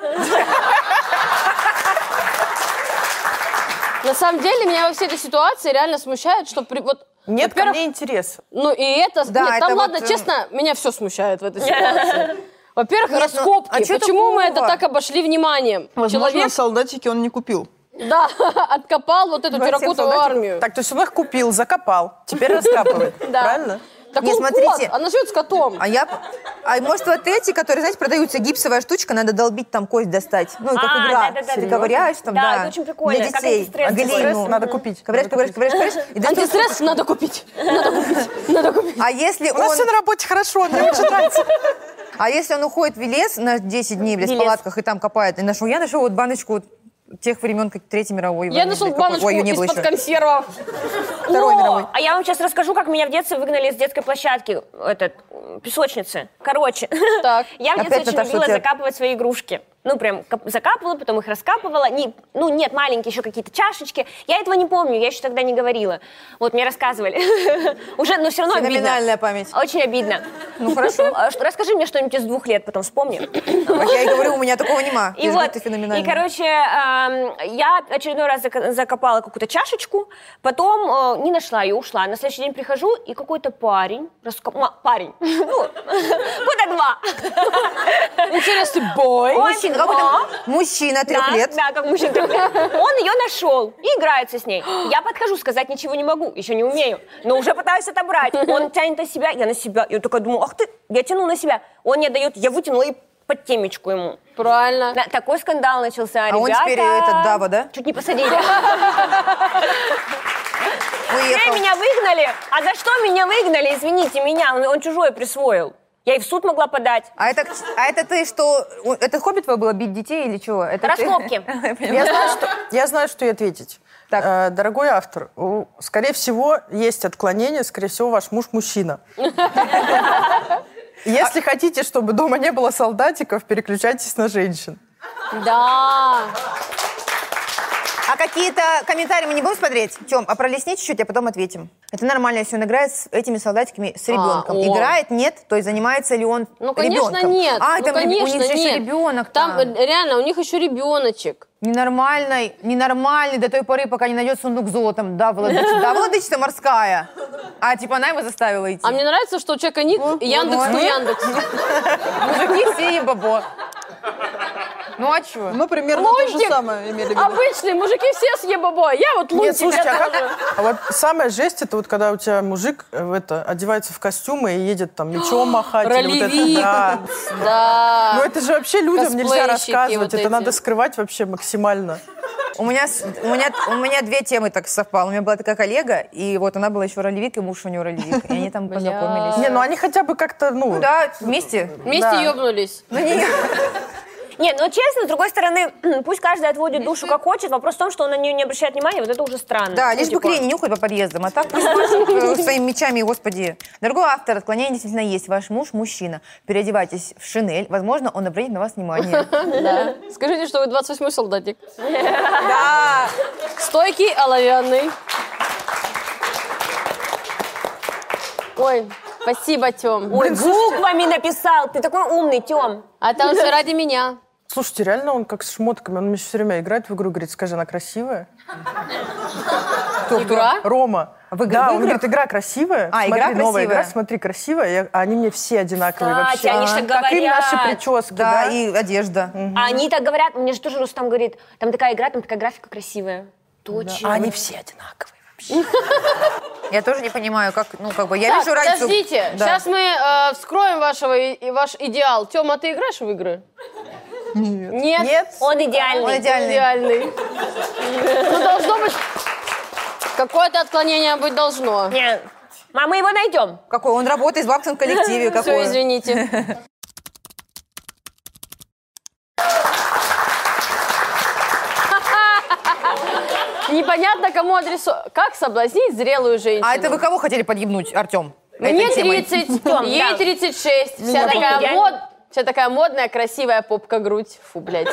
Speaker 1: на самом деле меня во всей этой ситуации реально смущает, что при- вот
Speaker 6: Нет ко
Speaker 1: во-первых,
Speaker 6: мне интереса.
Speaker 1: ну и это,
Speaker 2: Да,
Speaker 1: нет,
Speaker 2: это
Speaker 1: там
Speaker 2: вот,
Speaker 1: ладно,
Speaker 2: эм,
Speaker 1: честно, меня все смущает в этой ситуации. Во-первых,
Speaker 2: Нет, ну,
Speaker 1: раскопки.
Speaker 2: а чё
Speaker 1: Почему мы это
Speaker 2: такого?
Speaker 1: так обошли вниманием?
Speaker 4: Возможно,
Speaker 1: Человек,
Speaker 4: солдатики он не купил.
Speaker 1: да, откопал вот эту
Speaker 2: Во всем
Speaker 1: терракотовую
Speaker 2: солдатиках.
Speaker 1: армию.
Speaker 6: Так, то есть он их купил, закопал, теперь раскапывает.
Speaker 1: Да.
Speaker 6: Правильно?
Speaker 1: Так
Speaker 2: Не,
Speaker 1: он кот,
Speaker 2: смотрите.
Speaker 1: она живет с котом.
Speaker 2: А я... А может, вот эти, которые, знаете, продаются, гипсовая штучка, надо долбить, там кость достать. Ну, и как
Speaker 3: А,
Speaker 2: игра.
Speaker 3: да-да-да,
Speaker 2: Ты
Speaker 3: да.
Speaker 2: говоришь, там,
Speaker 3: Да,
Speaker 2: да.
Speaker 3: это очень прикольно,
Speaker 2: Для
Speaker 3: как
Speaker 2: детей.
Speaker 3: антистресс такой.
Speaker 2: Ангелину.
Speaker 6: Стресс надо купить.
Speaker 2: Ковыряешь,
Speaker 6: Надо
Speaker 2: ковыряешь, ковыряешь, ковыряешь.
Speaker 3: А
Speaker 2: и достаешь
Speaker 1: Антистресс надо купить. Надо купить. Надо купить.
Speaker 2: А если
Speaker 6: У нас
Speaker 2: он,
Speaker 6: все на работе хорошо, мне очень нравится.
Speaker 2: а если он уходит в лес на 10 дней, блядь, в палатках и там копает, и нашел, я нашел вот баночку тех времен, как Третьей мировой.
Speaker 1: Я
Speaker 2: войны,
Speaker 1: нашел
Speaker 2: блядь, какой-
Speaker 1: баночку
Speaker 2: Ой, её не было
Speaker 1: из-под
Speaker 2: еще.
Speaker 1: консервов.
Speaker 2: Второй мировой.
Speaker 3: А я вам сейчас расскажу, как меня в детстве выгнали с детской площадки, этот, м, песочницы. Короче,
Speaker 1: Так.
Speaker 3: я в детстве
Speaker 2: Опять
Speaker 3: очень
Speaker 2: Наташа,
Speaker 3: любила
Speaker 2: у тебя-
Speaker 3: закапывать свои игрушки. Ну, прям кап- закапывала, потом их раскапывала. Не- ну, нет, маленькие еще какие-то чашечки. Я этого не помню, я еще тогда не говорила. Вот, мне рассказывали. Уже, но все равно обидно.
Speaker 2: Феноменальная память.
Speaker 3: Очень обидно.
Speaker 2: Ну, хорошо.
Speaker 3: А что- Расскажи мне что-нибудь из двух лет, потом вспомню.
Speaker 2: Вот я и говорю, у меня такого нема.
Speaker 3: И
Speaker 2: Я жду,
Speaker 3: вот,
Speaker 2: ты
Speaker 3: и,
Speaker 2: феноменальная.
Speaker 3: короче, эм, я очередной раз зак- закопала какую-то чашечку, потом э, не нашла ее, ушла. На следующий день прихожу, и какой-то парень, раска- ма- парень, ну, года два.
Speaker 1: Интересный бой.
Speaker 2: Мужчина, как
Speaker 3: типа,
Speaker 2: это- мужчина трех
Speaker 3: Да,
Speaker 2: лет.
Speaker 3: Да, как мужчина трех лет. Он ее нашел и играется с ней. Я подхожу, сказать ничего не могу, еще не умею, но уже пытаюсь отобрать. Он тянет на себя, я на себя. Я такая думаю, ах ты, я тяну на себя. Он не дает, я вытянула и под темечку ему.
Speaker 1: Правильно.
Speaker 3: На- такой скандал начался,
Speaker 2: А он
Speaker 3: ребята.
Speaker 2: теперь этот Дава, да?
Speaker 3: Чуть не посадили. Теперь
Speaker 2: Уехал.
Speaker 3: меня выгнали. А за что меня выгнали? Извините меня, он, он чужое присвоил. Я и в суд могла подать.
Speaker 2: А это, а это ты что? Это хобби твое было бить детей или чего? Это ты?
Speaker 3: Раскопки.
Speaker 2: Я понимаю.
Speaker 6: Я знаю, что, я знаю, что ей ответить.
Speaker 2: Так.
Speaker 6: Э, дорогой автор, у- скорее всего, есть отклонение, скорее всего, ваш муж мужчина. Если хотите, чтобы дома не было солдатиков, переключайтесь на женщин.
Speaker 1: Да.
Speaker 2: А какие-то комментарии мы не будем смотреть? Тем, а пролистни чуть-чуть, а потом ответим. Это нормально, если он играет с этими солдатиками с ребенком.
Speaker 1: А, о.
Speaker 2: играет, нет, то есть занимается ли он
Speaker 1: Ну, конечно,
Speaker 2: ребенком?
Speaker 1: нет.
Speaker 2: А,
Speaker 1: ну,
Speaker 2: там реб-
Speaker 1: конечно,
Speaker 2: у них же еще
Speaker 1: нет.
Speaker 2: ребенок
Speaker 1: Там,
Speaker 2: там.
Speaker 1: э, реально, у них еще ребеночек.
Speaker 2: Ненормальный, ненормальный до той поры, пока не найдет сундук с золотом. Да, Владычица, да, Владычица морская. А типа она его заставила идти.
Speaker 1: А мне нравится, что у человека ник Яндекс
Speaker 2: ну,
Speaker 1: то
Speaker 2: а?
Speaker 1: Яндекс.
Speaker 2: Мужики все ебабо. Ну а чё?
Speaker 4: Мы примерно то же
Speaker 1: Лунтик!
Speaker 4: самое имели в виду.
Speaker 1: Обычные мужики все с ебабой. Я вот лунтик.
Speaker 6: Нет, слушайте,
Speaker 1: я
Speaker 6: а как-
Speaker 1: тоже.
Speaker 6: а вот самая жесть, это вот когда у тебя мужик э, в это, одевается в костюмы и едет там мечом
Speaker 2: а,
Speaker 6: махать. или вот это,
Speaker 1: Ролевик.
Speaker 6: да.
Speaker 1: Да.
Speaker 6: Ну это же вообще людям нельзя
Speaker 1: А, Косплейщики вот
Speaker 6: рассказывать,
Speaker 1: эти.
Speaker 6: это надо скрывать вообще максимально.
Speaker 2: У меня, с- у, меня, у меня две темы так совпало. У меня была такая коллега, и вот она была еще ролевик, и муж у нее ролевик. И они там познакомились.
Speaker 6: Не, ну они хотя бы как-то, ну...
Speaker 2: А. Да, вместе. Ну,
Speaker 1: Вместе
Speaker 6: Да.
Speaker 1: ебнулись.
Speaker 3: Нет, ну честно, с другой стороны, пусть каждый отводит душу как хочет. Вопрос в том, что он на нее не обращает внимания, вот это уже странно.
Speaker 2: Да, лишь бы
Speaker 3: Ну, типа,
Speaker 2: клей не нюхать по подъездам, а так пусть пользуется, э, своими мечами, господи. Дорогой автор, отклонение действительно есть. Ваш муж мужчина. Переодевайтесь в шинель. Возможно, он обратит на вас внимание.
Speaker 1: Да. Скажите, что вы 28-й солдатик. Стойкий, оловянный. Ой, спасибо, Тём.
Speaker 3: Ой,
Speaker 2: а-
Speaker 3: буквами написал, ты такой умный, Тем.
Speaker 1: А там все ради меня.
Speaker 6: Слушайте, реально он как с шмотками, он мне все время играет в игру, говорит, скажи, она красивая?
Speaker 1: Игра?
Speaker 6: Рома.
Speaker 2: В игр-
Speaker 6: да,
Speaker 2: в
Speaker 6: он
Speaker 2: играх?
Speaker 6: говорит, игра красивая.
Speaker 2: А,
Speaker 6: смотри,
Speaker 2: игра
Speaker 6: новая
Speaker 2: красивая.
Speaker 6: игра, смотри, красивая. Я- а они мне все одинаковые
Speaker 3: Кстати,
Speaker 6: вообще.
Speaker 3: они ж так
Speaker 6: как им
Speaker 3: говорят.
Speaker 6: наши прически, да?
Speaker 2: Да, и одежда.
Speaker 3: А они так говорят, мне же тоже Рустам говорит, там такая игра, там такая графика красивая. Точно.
Speaker 6: А они все одинаковые.
Speaker 2: Я тоже не понимаю, как, ну, как бы, я
Speaker 1: Так,
Speaker 2: вижу разницу.
Speaker 1: подождите,
Speaker 2: Да.
Speaker 1: сейчас мы э, вскроем вашего и, и ваш идеал. Тёма, ты играешь в игры? Нет. Нет?
Speaker 2: Нет?
Speaker 3: Он идеальный.
Speaker 2: Он идеальный.
Speaker 1: Идеальный. Ну, должно быть... Какое-то отклонение быть должно.
Speaker 3: Нет. А мы его найдем.
Speaker 2: Какой? Он работает в бабкином
Speaker 1: Все,
Speaker 2: коллективе. Какой? А
Speaker 1: извините. Непонятно, кому адресу. Как соблазнить зрелую женщину?
Speaker 2: А это вы кого хотели подъебнуть, Артем?
Speaker 3: Ну,
Speaker 1: Мне 30,
Speaker 3: Тём,
Speaker 1: ей
Speaker 3: да. Ну,
Speaker 1: 36. Вся
Speaker 3: Меня
Speaker 1: такая,
Speaker 3: тоже.
Speaker 1: мод, вся такая модная, красивая попка-грудь. Фу, блядь.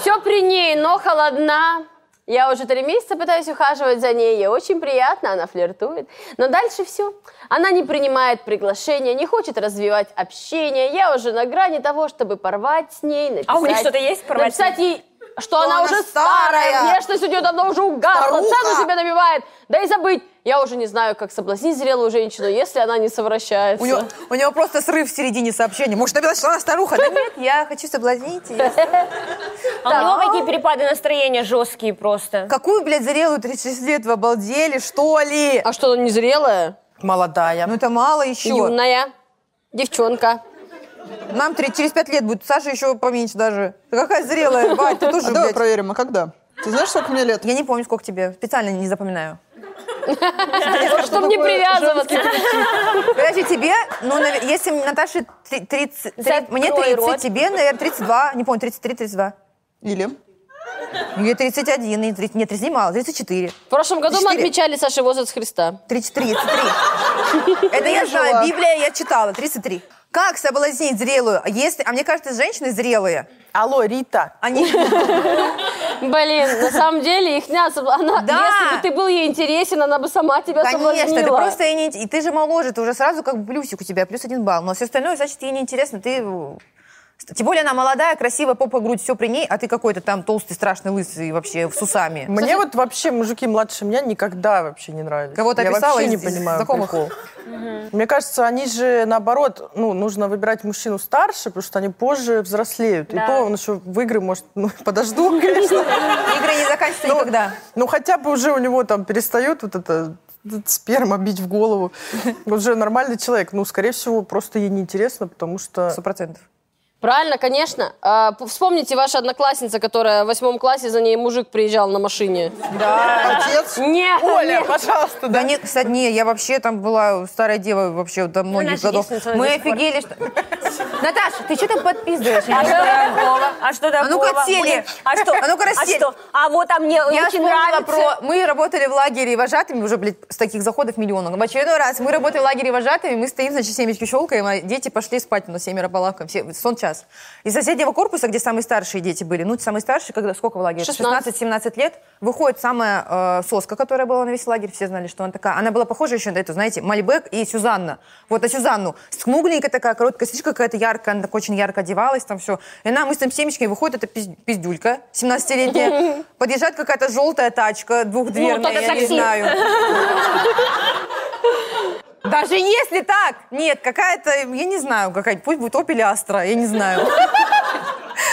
Speaker 1: Все при ней, но холодна. Я уже три месяца пытаюсь ухаживать за ней, ей очень приятно, она флиртует. Но дальше все. Она не принимает приглашения, не хочет развивать общение. Я уже на грани того, чтобы порвать с ней, написать...
Speaker 3: А у них что-то есть порвать с ней?
Speaker 1: Написать ей, что она
Speaker 2: она
Speaker 1: уже старая,
Speaker 2: старая.
Speaker 1: внешность у нее давно уже угасла,
Speaker 2: Старуха.
Speaker 1: цену себе набивает. Да и забыть. Я уже не знаю, как соблазнить зрелую женщину, если она не совращается.
Speaker 2: У него, у него просто срыв в середине сообщения. Может, написать, что она старуха? Да нет, я хочу соблазнить ее.
Speaker 3: А у него какие перепады настроения жесткие просто.
Speaker 2: Какую, блядь, зрелую 36 лет вы обалдели, что ли?
Speaker 1: А что, она незрелая?
Speaker 6: Молодая.
Speaker 2: Ну это мало еще.
Speaker 1: Юная девчонка.
Speaker 2: Нам три- через пять лет будет. Саша еще поменьше даже. Да какая зрелая, Вань, ты тоже,
Speaker 4: А давай
Speaker 2: блядь.
Speaker 4: проверим, а когда? Ты знаешь, сколько мне лет?
Speaker 2: Я не помню, сколько тебе. Специально не запоминаю.
Speaker 1: Чтобы не А привязываться.
Speaker 2: Короче, тебе, ну, навер- если Наташе три- 30, три-
Speaker 3: Закрой
Speaker 2: мне 30,
Speaker 3: рот.
Speaker 2: тебе, наверное, 32, не помню, 33, 32.
Speaker 4: Или?
Speaker 2: Ну, Ей 31, и 30, нет, 30 мало, 34.
Speaker 1: В прошлом году мы
Speaker 2: Четыре.
Speaker 1: отмечали Саши возраст Христа.
Speaker 2: 33, 33. Это я знаю, Библия я читала, 33. Как соблазнить зрелую? Если, а мне кажется, женщины зрелые.
Speaker 6: Алло, Рита.
Speaker 2: Они,
Speaker 1: Блин, на самом деле их не особ- она,
Speaker 2: Да.
Speaker 1: Если бы ты был ей интересен, она бы сама тебя
Speaker 2: конечно, ты
Speaker 1: соблазнила.
Speaker 2: просто и, не, и ты же моложе, ты уже сразу как бы плюсик у тебя, плюс один балл. Но все остальное, значит, ей неинтересно, ты... э, Тем более она молодая, красивая, попа, грудь, все при ней, а ты какой-то там толстый, страшный, лысый вообще, с усами.
Speaker 6: Мне вот вообще мужики младше меня никогда вообще не нравились.
Speaker 2: Кого-то
Speaker 6: Я
Speaker 2: описала
Speaker 6: вообще не
Speaker 2: из- из
Speaker 6: понимаю
Speaker 2: знакомых?
Speaker 6: прикол. Мне кажется, они же наоборот, ну, нужно выбирать мужчину старше, потому что они позже взрослеют. И то он еще в игры, может, ну, подожду, конечно.
Speaker 2: Игры не заканчиваются никогда.
Speaker 6: Ну, хотя бы уже у него там перестает вот это сперма бить в голову. Уже нормальный человек. Ну, скорее всего, просто ей неинтересно, потому что...
Speaker 2: Сто процентов.
Speaker 1: Правильно, конечно. А, п- вспомните ваша одноклассница, которая в восьмом классе за ней мужик приезжал на машине.
Speaker 6: Отец...
Speaker 1: Не,
Speaker 6: Оля, пожалуйста,
Speaker 2: А. Да
Speaker 6: да.
Speaker 2: нет, кстати, не, я вообще там была старая дева вообще до многих
Speaker 3: наша
Speaker 2: годов.
Speaker 3: единственная
Speaker 2: Мы
Speaker 3: до сих пор.
Speaker 2: офигели, что... Наташа, ты что там подписываешь?
Speaker 3: А что такого? А что такого?
Speaker 2: А ну-ка отсели.
Speaker 3: Блин, А что?
Speaker 2: А ну-ка рассели.
Speaker 3: что? А вот, а мне
Speaker 2: Я
Speaker 3: очень
Speaker 2: вспомнила
Speaker 3: нравится.
Speaker 2: про... Мы работали в лагере вожатыми, уже, блядь, с таких заходов миллионов. В очередной раз мы работали в лагере вожатыми, мы стоим, значит, семечки щелкаем, а дети пошли спать, у нас семеро по лавкам, все, сон час. Из соседнего корпуса, где самые старшие дети были, ну, самые старшие, когда сколько в лагере?
Speaker 1: 16.
Speaker 2: 16-17 лет, выходит самая э, соска, которая была на весь лагерь, все знали, что она такая. Она была похожа еще на эту, знаете, Мальбек и Сюзанна. Вот на Сюзанну. Смугленькая такая, короткая стрижка какая-то яркая, она так очень ярко одевалась, там все. И она, мы с этим семечкой, выходит эта пиз- пиздюлька, 17-летняя, подъезжает какая-то желтая тачка,
Speaker 1: Ну,
Speaker 2: двухдверная,
Speaker 1: только
Speaker 2: я не
Speaker 1: такси.
Speaker 2: знаю. Даже если так, нет, какая-то, я не знаю, какая пусть будет Opel Astra, я не знаю.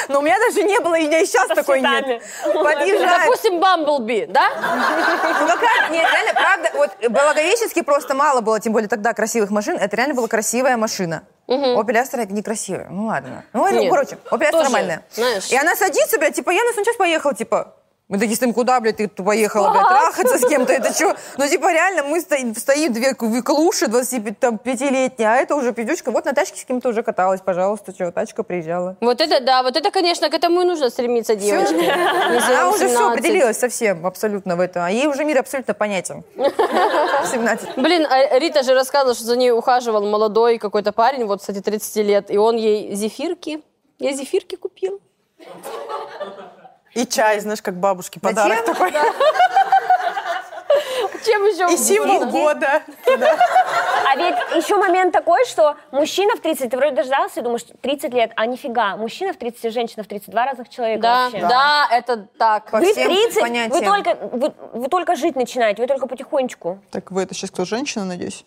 Speaker 2: Но у меня даже не было, и у меня и сейчас такой нет. Подъезжает,
Speaker 1: допустим, Бамблби, да?
Speaker 2: ну какая? Нет, реально, правда, вот Благовещенский просто мало было, тем более тогда красивых машин. Это реально была красивая машина. Opel Astra некрасивая. Ну ладно. Ну, ладно,
Speaker 1: Нет.
Speaker 2: короче, Opel Astra
Speaker 1: Тоже,
Speaker 2: нормальная.
Speaker 1: знаешь.
Speaker 2: И она садится, блядь, типа, я на санчас поехал, типа. Мы такие стоим, куда, блядь, ты тут поехала, блядь, трахаться с кем-то, это что? Ну, типа, реально, мы стоим, стоим две к- клуши 25-летние, а это уже пиздючка. Вот на тачке с кем-то уже каталась, пожалуйста, что, тачка приезжала.
Speaker 1: Вот это да, вот это, конечно, к этому и нужно стремиться, девочки. Если
Speaker 2: Она
Speaker 1: вам
Speaker 2: уже все
Speaker 1: 17.
Speaker 2: определилась совсем, абсолютно в этом. А ей уже мир абсолютно понятен. 17.
Speaker 1: Блин, а Рита же рассказывала, что за ней ухаживал молодой какой-то парень, вот, кстати, 30 лет, и он ей зефирки. Я зефирки купил.
Speaker 6: И чай, знаешь, как бабушки,
Speaker 2: Зачем?
Speaker 6: подарок такой.
Speaker 1: Чем еще?
Speaker 6: И символ года.
Speaker 3: А ведь еще момент такой, что мужчина в 30, ты вроде дождался и думаешь, 30 лет, а нифига, мужчина в 30 и женщина в 32 разных человека
Speaker 1: Да,
Speaker 3: вообще.
Speaker 1: да, это так.
Speaker 2: По
Speaker 3: Вы в
Speaker 2: всем
Speaker 3: 30, вы
Speaker 2: понятиям.
Speaker 3: только, вы, вы только жить начинаете, вы только потихонечку.
Speaker 4: Так вы это сейчас кто, женщина, надеюсь?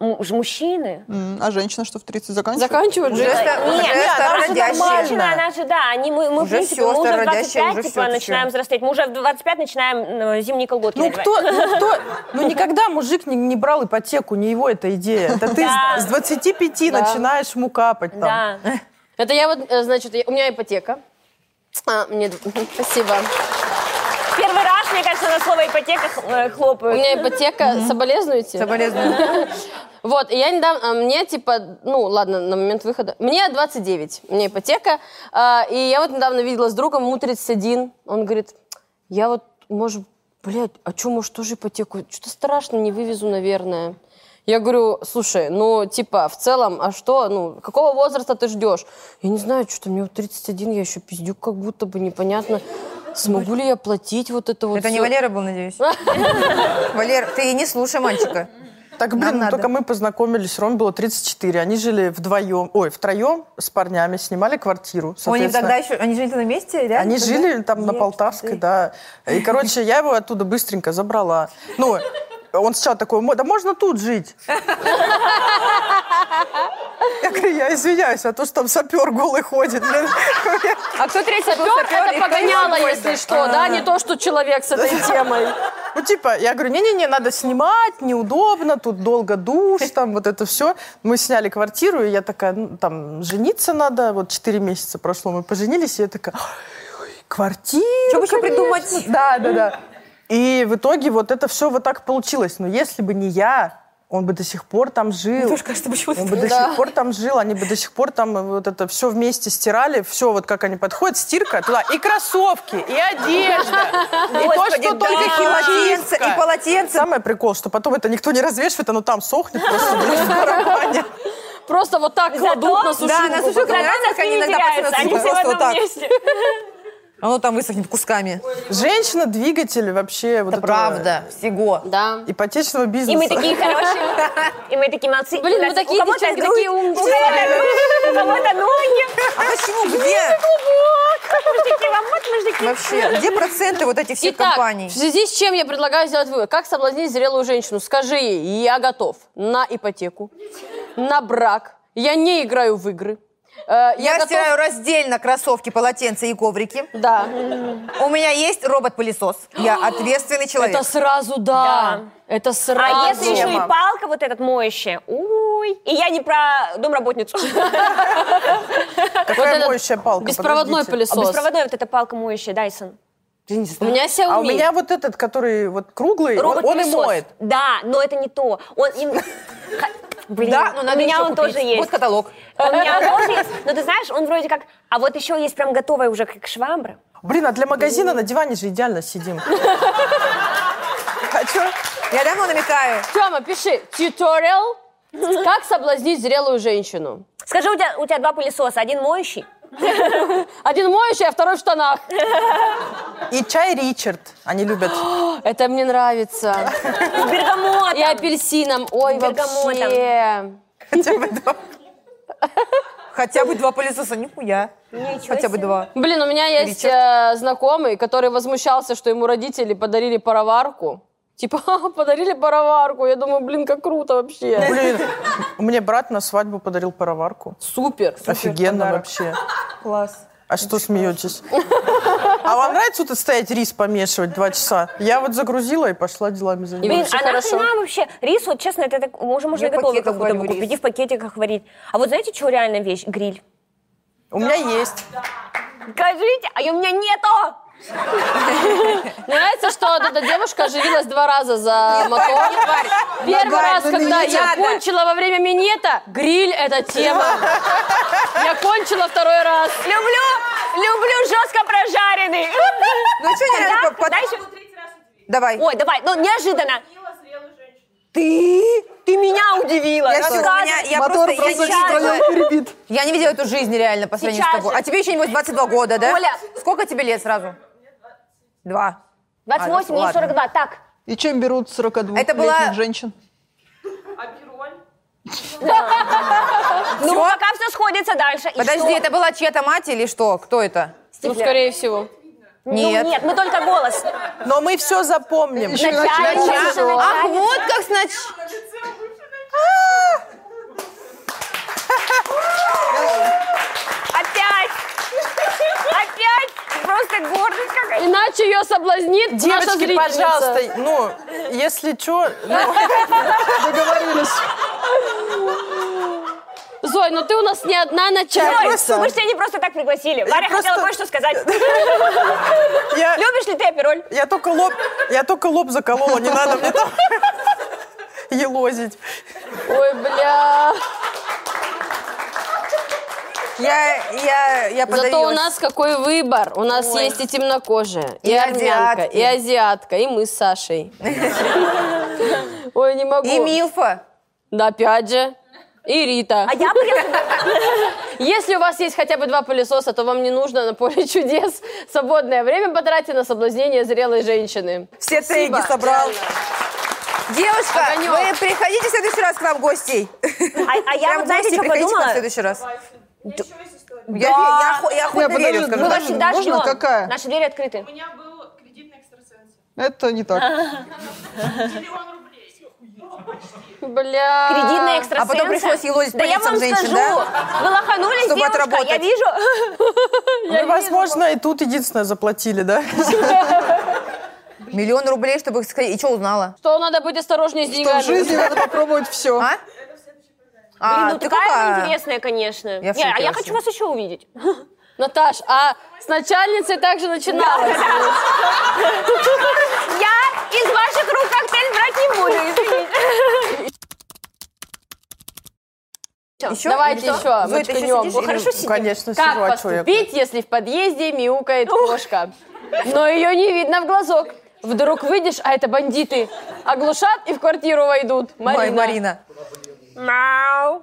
Speaker 3: М- ж- мужчины.
Speaker 4: М, А женщина что, в 30 заканчивает?
Speaker 1: Заканчивать
Speaker 2: Уже,
Speaker 1: жизнь.
Speaker 2: ста-
Speaker 3: Нет,
Speaker 2: уже
Speaker 3: нет,
Speaker 2: старородящие.
Speaker 3: Женщина, она же, да, они, мы, мы в
Speaker 2: Уже
Speaker 3: принципе,
Speaker 2: всё,
Speaker 3: мы уже в
Speaker 2: старородящие,
Speaker 3: 25
Speaker 2: уже всё,
Speaker 3: типа,
Speaker 2: ты
Speaker 3: начинаем
Speaker 2: чё.
Speaker 3: взрослеть, мы уже в 25 начинаем э, зимние колготки
Speaker 6: Ну
Speaker 3: надевать.
Speaker 6: кто, ну кто, ну никогда мужик не, не брал ипотеку, не его эта идея. Это ты с с 25 начинаешь ему капать там.
Speaker 3: Да.
Speaker 1: Это я вот, э, значит, я- у меня ипотека. А, мне... Спасибо.
Speaker 3: Первый раз, мне кажется, на слово ипотека х- э,
Speaker 1: У
Speaker 3: хлопают.
Speaker 1: меня ипотека, соболезнуете?
Speaker 2: Соболезную.
Speaker 1: Вот, и я недавно, а, мне типа, ну ладно, на момент выхода, мне 29, у меня ипотека, а, и я вот недавно видела с другом, ему 31, он говорит, я вот, может, блядь, а что, может, тоже ипотеку, что-то страшно, не вывезу, наверное. Я говорю, слушай, ну, типа, в целом, а что, ну, какого возраста ты ждешь? Я не знаю, что-то мне вот 31, я еще пиздюк как будто бы, непонятно, смогу ли я платить вот это вот
Speaker 2: Это не
Speaker 1: всё?»
Speaker 2: Валера был, надеюсь? Валер, ты не слушай мальчика.
Speaker 6: Так, блин,
Speaker 2: Нам
Speaker 6: ну
Speaker 2: надо.
Speaker 6: только мы познакомились, Роме было 34, они жили вдвоем, ой, втроем с парнями, снимали квартиру,
Speaker 2: Они
Speaker 6: соответственно.
Speaker 2: тогда еще, они жили на месте, реально?
Speaker 6: Они
Speaker 2: тогда?
Speaker 6: жили там на
Speaker 2: Е,
Speaker 6: Полтавской,
Speaker 2: четыре.
Speaker 6: да. И, короче, я его оттуда быстренько забрала. Ну, он сначала такой, «Мо- да можно тут жить. Я говорю, я извиняюсь, а то, что там сапер голый ходит. блин».
Speaker 2: А кто третий был
Speaker 1: Сапер
Speaker 2: сапер?
Speaker 1: это погоняло, если что, да, не то, что человек с этой темой.
Speaker 6: Ну, типа, я говорю, не-не-не, надо снимать, неудобно, тут долго душ, там вот это все. Мы сняли квартиру, и я такая, ну, там, жениться надо, вот 4 месяца прошло, мы поженились, и я такая, «Ой, квартира,
Speaker 2: Что бы еще придумать?
Speaker 6: Да, да, да. И в итоге вот это все вот так получилось. Но если бы не я, он бы до сих пор там жил.
Speaker 2: Тоже кажется, почему-то...
Speaker 6: Он бы до сих пор там жил, они бы до сих пор там вот это все вместе стирали, все вот как они подходят, стирка туда, и кроссовки, и одежда, и то, что только
Speaker 2: И полотенце,
Speaker 6: химчистка.
Speaker 2: и полотенце.
Speaker 6: Самое прикол, что потом это никто не развешивает, оно там сохнет просто блин, в барабане.
Speaker 1: Просто вот так кладут на сушилку.
Speaker 2: Да, на сушилку
Speaker 1: Потом-
Speaker 2: нравится, как они иногда пацаны
Speaker 3: теряются, они
Speaker 2: суют
Speaker 3: все в
Speaker 2: просто вот
Speaker 3: одном
Speaker 2: так.
Speaker 3: месте.
Speaker 2: Оно А ну там высохнет кусками.
Speaker 6: Женщина двигатель вообще вот
Speaker 2: Это
Speaker 6: этого
Speaker 2: правда, всего.
Speaker 1: Да.
Speaker 6: ипотечного бизнеса.
Speaker 3: И мы такие хорошие, и мы такие молодцы.
Speaker 1: Блин, вы
Speaker 3: У
Speaker 1: такие
Speaker 3: кого-то
Speaker 1: девчонки,
Speaker 3: грудь,
Speaker 1: такие
Speaker 3: У
Speaker 1: умницы.
Speaker 3: кого-то грудь, у кого-то ноги.
Speaker 2: А почему? Где?
Speaker 3: Вот, мужики, вам вот, мужики.
Speaker 2: Вообще, где проценты вот этих всех
Speaker 1: Итак,
Speaker 2: компаний?
Speaker 1: в связи с чем я предлагаю сделать вывод? Как соблазнить зрелую женщину? Скажи ей, я готов на ипотеку, на брак, я не играю в игры. э,
Speaker 2: Я,
Speaker 1: готов-
Speaker 2: стираю раздельно кроссовки, полотенца и коврики.
Speaker 1: Да.
Speaker 2: У меня есть робот-пылесос. Я ответственный человек.
Speaker 1: Это сразу да. Это сразу.
Speaker 3: А если еще и
Speaker 6: тема.
Speaker 3: палка вот этот моющая, ой. И я не про домработницу. А
Speaker 1: Вот
Speaker 6: Какая
Speaker 1: этот
Speaker 6: моющая палка,
Speaker 1: Беспроводной
Speaker 6: подождите.
Speaker 1: пылесос.
Speaker 3: А беспроводная вот эта палка моющая, Dyson.
Speaker 1: У меня Xiaomi.
Speaker 6: А у меня вот этот, который вот круглый, он, он и
Speaker 3: Робот-пылесос.
Speaker 6: моет.
Speaker 3: Да, но это не то. Он им- Ха- Блин, у меня
Speaker 2: еще
Speaker 3: он
Speaker 2: купить.
Speaker 3: тоже есть. А
Speaker 2: Вот каталог.
Speaker 3: У меня он тоже есть. Но ты знаешь, он вроде как... А вот еще есть прям готовая уже как швабра.
Speaker 6: Блин, а для магазина на диване же идеально сидим. А чё?
Speaker 2: Я давно намекаю.
Speaker 1: Тёма, пиши. Tutorial. Как соблазнить зрелую женщину?
Speaker 3: Скажи, у тебя, у тебя два пылесоса, один моющий.
Speaker 1: Один моющий, а второй в штанах.
Speaker 6: И чай Ричард. Они любят.
Speaker 1: Это мне нравится.
Speaker 3: С бергамотом.
Speaker 1: И апельсином. Ой,
Speaker 3: С бергамотом.
Speaker 1: вообще.
Speaker 2: Хотя бы два. Хотя бы два пылесоса, нихуя. Хотя бы два.
Speaker 1: Блин, у меня есть э, знакомый, который возмущался, что ему родители подарили пароварку. Типа, «Ха, подарили пароварку. Я думаю, блин, как круто вообще.
Speaker 6: Блин, мне брат на свадьбу подарил пароварку.
Speaker 1: Супер.
Speaker 6: Офигенно
Speaker 2: подарок.
Speaker 6: вообще.
Speaker 2: Класс.
Speaker 6: А что смеетесь? А вам нравится тут стоять рис помешивать два часа? Я вот загрузила и пошла делами
Speaker 3: Блин,
Speaker 6: заниматься.
Speaker 1: вообще
Speaker 3: а
Speaker 1: хорошо.
Speaker 3: нахрена вообще? Рис, вот честно, это так, уже можно
Speaker 2: Я в
Speaker 3: готовый
Speaker 2: пакетах
Speaker 3: какой-то
Speaker 2: варю
Speaker 3: купить
Speaker 2: рис.
Speaker 3: и в пакетиках варить. А вот знаете, что реальная вещь? Гриль.
Speaker 6: У меня есть.
Speaker 3: Скажите, а у меня нету!
Speaker 1: Нравится, что вот эта девушка оживилась два раза за мотор. Первый
Speaker 2: А, Давай,
Speaker 1: раз,
Speaker 2: ну не
Speaker 1: когда я
Speaker 2: надо.
Speaker 1: кончила во время минета, гриль — это тема. Я кончила второй раз.
Speaker 3: Люблю, люблю жестко прожаренный.
Speaker 2: Ну что нереально?
Speaker 3: Да,
Speaker 2: под- под-
Speaker 3: да, еще-
Speaker 5: Ну, третий раз удивить.
Speaker 2: Давай.
Speaker 3: Ой, давай, ну неожиданно.
Speaker 5: Мила, зрелую женщину.
Speaker 2: Ты?
Speaker 3: Ты меня удивила.
Speaker 2: Я, всё, у меня-
Speaker 3: рассказывай.
Speaker 2: я просто, я не
Speaker 3: сейчас-
Speaker 2: видела, я не видела эту жизнь реально по сравнению с
Speaker 3: Сейчас
Speaker 2: тобой.
Speaker 3: же.
Speaker 2: А тебе еще, нибудь 22 года, да?
Speaker 3: Оля.
Speaker 2: Сколько тебе лет сразу? Два.
Speaker 3: 28,
Speaker 2: А,
Speaker 3: мне
Speaker 2: ладно.
Speaker 3: 42. Так,
Speaker 4: И чем берут 42
Speaker 2: Это была-
Speaker 4: женщин?
Speaker 5: А Бироль?
Speaker 3: ну пока все сходится дальше. И
Speaker 2: Подожди,
Speaker 3: что?
Speaker 2: это была чья-то мать или что? Кто это?
Speaker 1: Ну, скорее всего.
Speaker 3: Ну,
Speaker 2: Нет.
Speaker 3: нет, мы только голос.
Speaker 6: Но мы все запомним.
Speaker 3: Начальник.
Speaker 2: Чья? Ах,
Speaker 3: Начальник.
Speaker 2: вот как снач...
Speaker 3: Опять. Опять. Просто гордость какая-то.
Speaker 1: Иначе ее соблазнит наша
Speaker 6: Девочки,
Speaker 1: зрительница.
Speaker 6: пожалуйста, ну, если ну, что, договорились.
Speaker 1: Зой, ну ты у нас не одна
Speaker 3: Ой,
Speaker 1: начальница.
Speaker 3: мы же тебя не просто так пригласили. Варя
Speaker 6: просто-
Speaker 3: хотела кое-что сказать.
Speaker 6: Я-
Speaker 3: Любишь ли ты апероль?
Speaker 6: Я только лоб, я только лоб заколола, не надо мне там елозить.
Speaker 1: Ой, бля.
Speaker 2: Я, я, я подавилась.
Speaker 1: Зато у нас какой выбор. У нас есть и темнокожая, и,
Speaker 2: И
Speaker 1: армянка,
Speaker 2: азиатки.
Speaker 1: и азиатка, и мы с Сашей. Ой, не могу.
Speaker 2: И Милфа.
Speaker 1: Да, опять же. И Рита.
Speaker 3: А я бы...
Speaker 1: Если у вас есть хотя бы два пылесоса, то вам не нужно на поле чудес свободное время потратить на соблазнение зрелой женщины.
Speaker 2: Все
Speaker 1: Спасибо.
Speaker 2: теги собрал.
Speaker 1: Реально.
Speaker 2: Девушка,
Speaker 1: Огонек.
Speaker 2: вы приходите в следующий раз к нам в гостей.
Speaker 3: А, а я
Speaker 2: Прям
Speaker 3: вот,
Speaker 2: в
Speaker 3: знаете,
Speaker 2: гости
Speaker 3: что
Speaker 2: приходите к нам в
Speaker 3: подумала?
Speaker 2: следующий раз.
Speaker 5: У меня еще есть история.
Speaker 2: Я, я, охо- я охотно
Speaker 4: Не,
Speaker 2: верю,
Speaker 4: подожди,
Speaker 2: скажу
Speaker 4: ну,
Speaker 3: Мы
Speaker 2: так.
Speaker 3: вас всегда
Speaker 4: Можно
Speaker 3: ждем.
Speaker 4: какая?
Speaker 3: Наши двери открыты.
Speaker 5: У меня был кредит на экстрасенсе.
Speaker 4: Это не так.
Speaker 5: Миллион рублей. Ну, почти.
Speaker 1: Бля.
Speaker 3: Кредитные экстрасенсы.
Speaker 2: А потом пришлось елозить по
Speaker 3: Да я
Speaker 2: лицам
Speaker 3: вам
Speaker 2: женщин,
Speaker 3: скажу,
Speaker 2: да?
Speaker 3: вы лоханулись,
Speaker 2: Чтобы
Speaker 3: девушка, я
Speaker 2: отработать.
Speaker 3: вижу.
Speaker 6: Ну, возможно, и тут единственное заплатили, да?
Speaker 2: Миллион рублей, чтобы их сходить. И что узнала?
Speaker 1: Что надо быть осторожнее с
Speaker 4: Что в
Speaker 1: деньгами?
Speaker 4: жизни надо попробовать все.
Speaker 2: А?
Speaker 3: Блин,
Speaker 2: А,
Speaker 3: ну
Speaker 2: ты
Speaker 3: такая она
Speaker 2: какая?
Speaker 3: интересная, конечно.
Speaker 2: Я в
Speaker 3: Не, а
Speaker 2: шоке
Speaker 3: я
Speaker 2: вообще.
Speaker 3: хочу вас еще увидеть.
Speaker 1: Наташ, а с начальницей также начиналось?
Speaker 3: Я из ваших рук коктейль брать не буду, извините.
Speaker 2: Еще?
Speaker 1: Давайте
Speaker 2: Или что?
Speaker 1: еще,
Speaker 2: Зоя, ты еще
Speaker 1: мочканем.
Speaker 2: сидишь
Speaker 1: Вы
Speaker 2: или-
Speaker 1: хорошо
Speaker 6: Ну, Конечно,
Speaker 1: Как
Speaker 6: сижу, а чё я?
Speaker 1: поступить, если в подъезде мяукает кошка? Но ее не видно в глазок. Вдруг выйдешь, а это бандиты. Оглушат и в квартиру войдут. Марина.
Speaker 2: Ой, Марина.
Speaker 3: Мяу.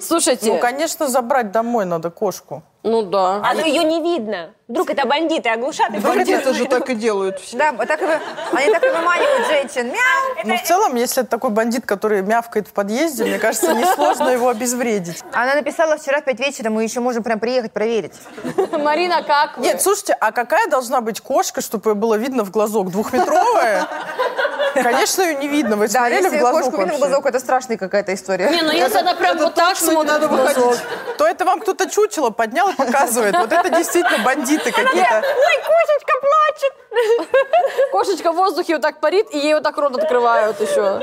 Speaker 1: Слушайте,
Speaker 6: Ну,
Speaker 1: ну,
Speaker 6: конечно, забрать домой надо кошку.
Speaker 1: да.
Speaker 3: А ну ее не видно. Вдруг это бандиты оглушат. и
Speaker 4: А Бандиты же так и делают все.
Speaker 2: Да, так и вы- они так и выманивают женщин. Мяу!
Speaker 6: Ну, в целом, если это такой бандит, который мявкает в подъезде, мне кажется, несложно его обезвредить.
Speaker 2: Она написала вчера в 5 вечера, мы еще можем прям приехать проверить.
Speaker 1: Марина, как вы?
Speaker 6: Нет, слушайте, а какая должна быть кошка, чтобы ее было видно в глазок? Двухметровая? Конечно, ее не видно. Вы
Speaker 2: Да,
Speaker 6: смотрели
Speaker 2: если
Speaker 6: в глазок
Speaker 2: кошку видно в
Speaker 6: вообще?
Speaker 2: глазок, это страшная какая-то история.
Speaker 1: Не, ну если она прям вот так смотрит
Speaker 4: надо
Speaker 1: в глазок.
Speaker 4: выходить.
Speaker 6: То это вам кто-то чучело поднял и показывает. Вот это действительно бандиты какие-то.
Speaker 3: Ой, кошечка плачет.
Speaker 1: Кошечка в воздухе вот так парит, и ей вот так рот открывают еще.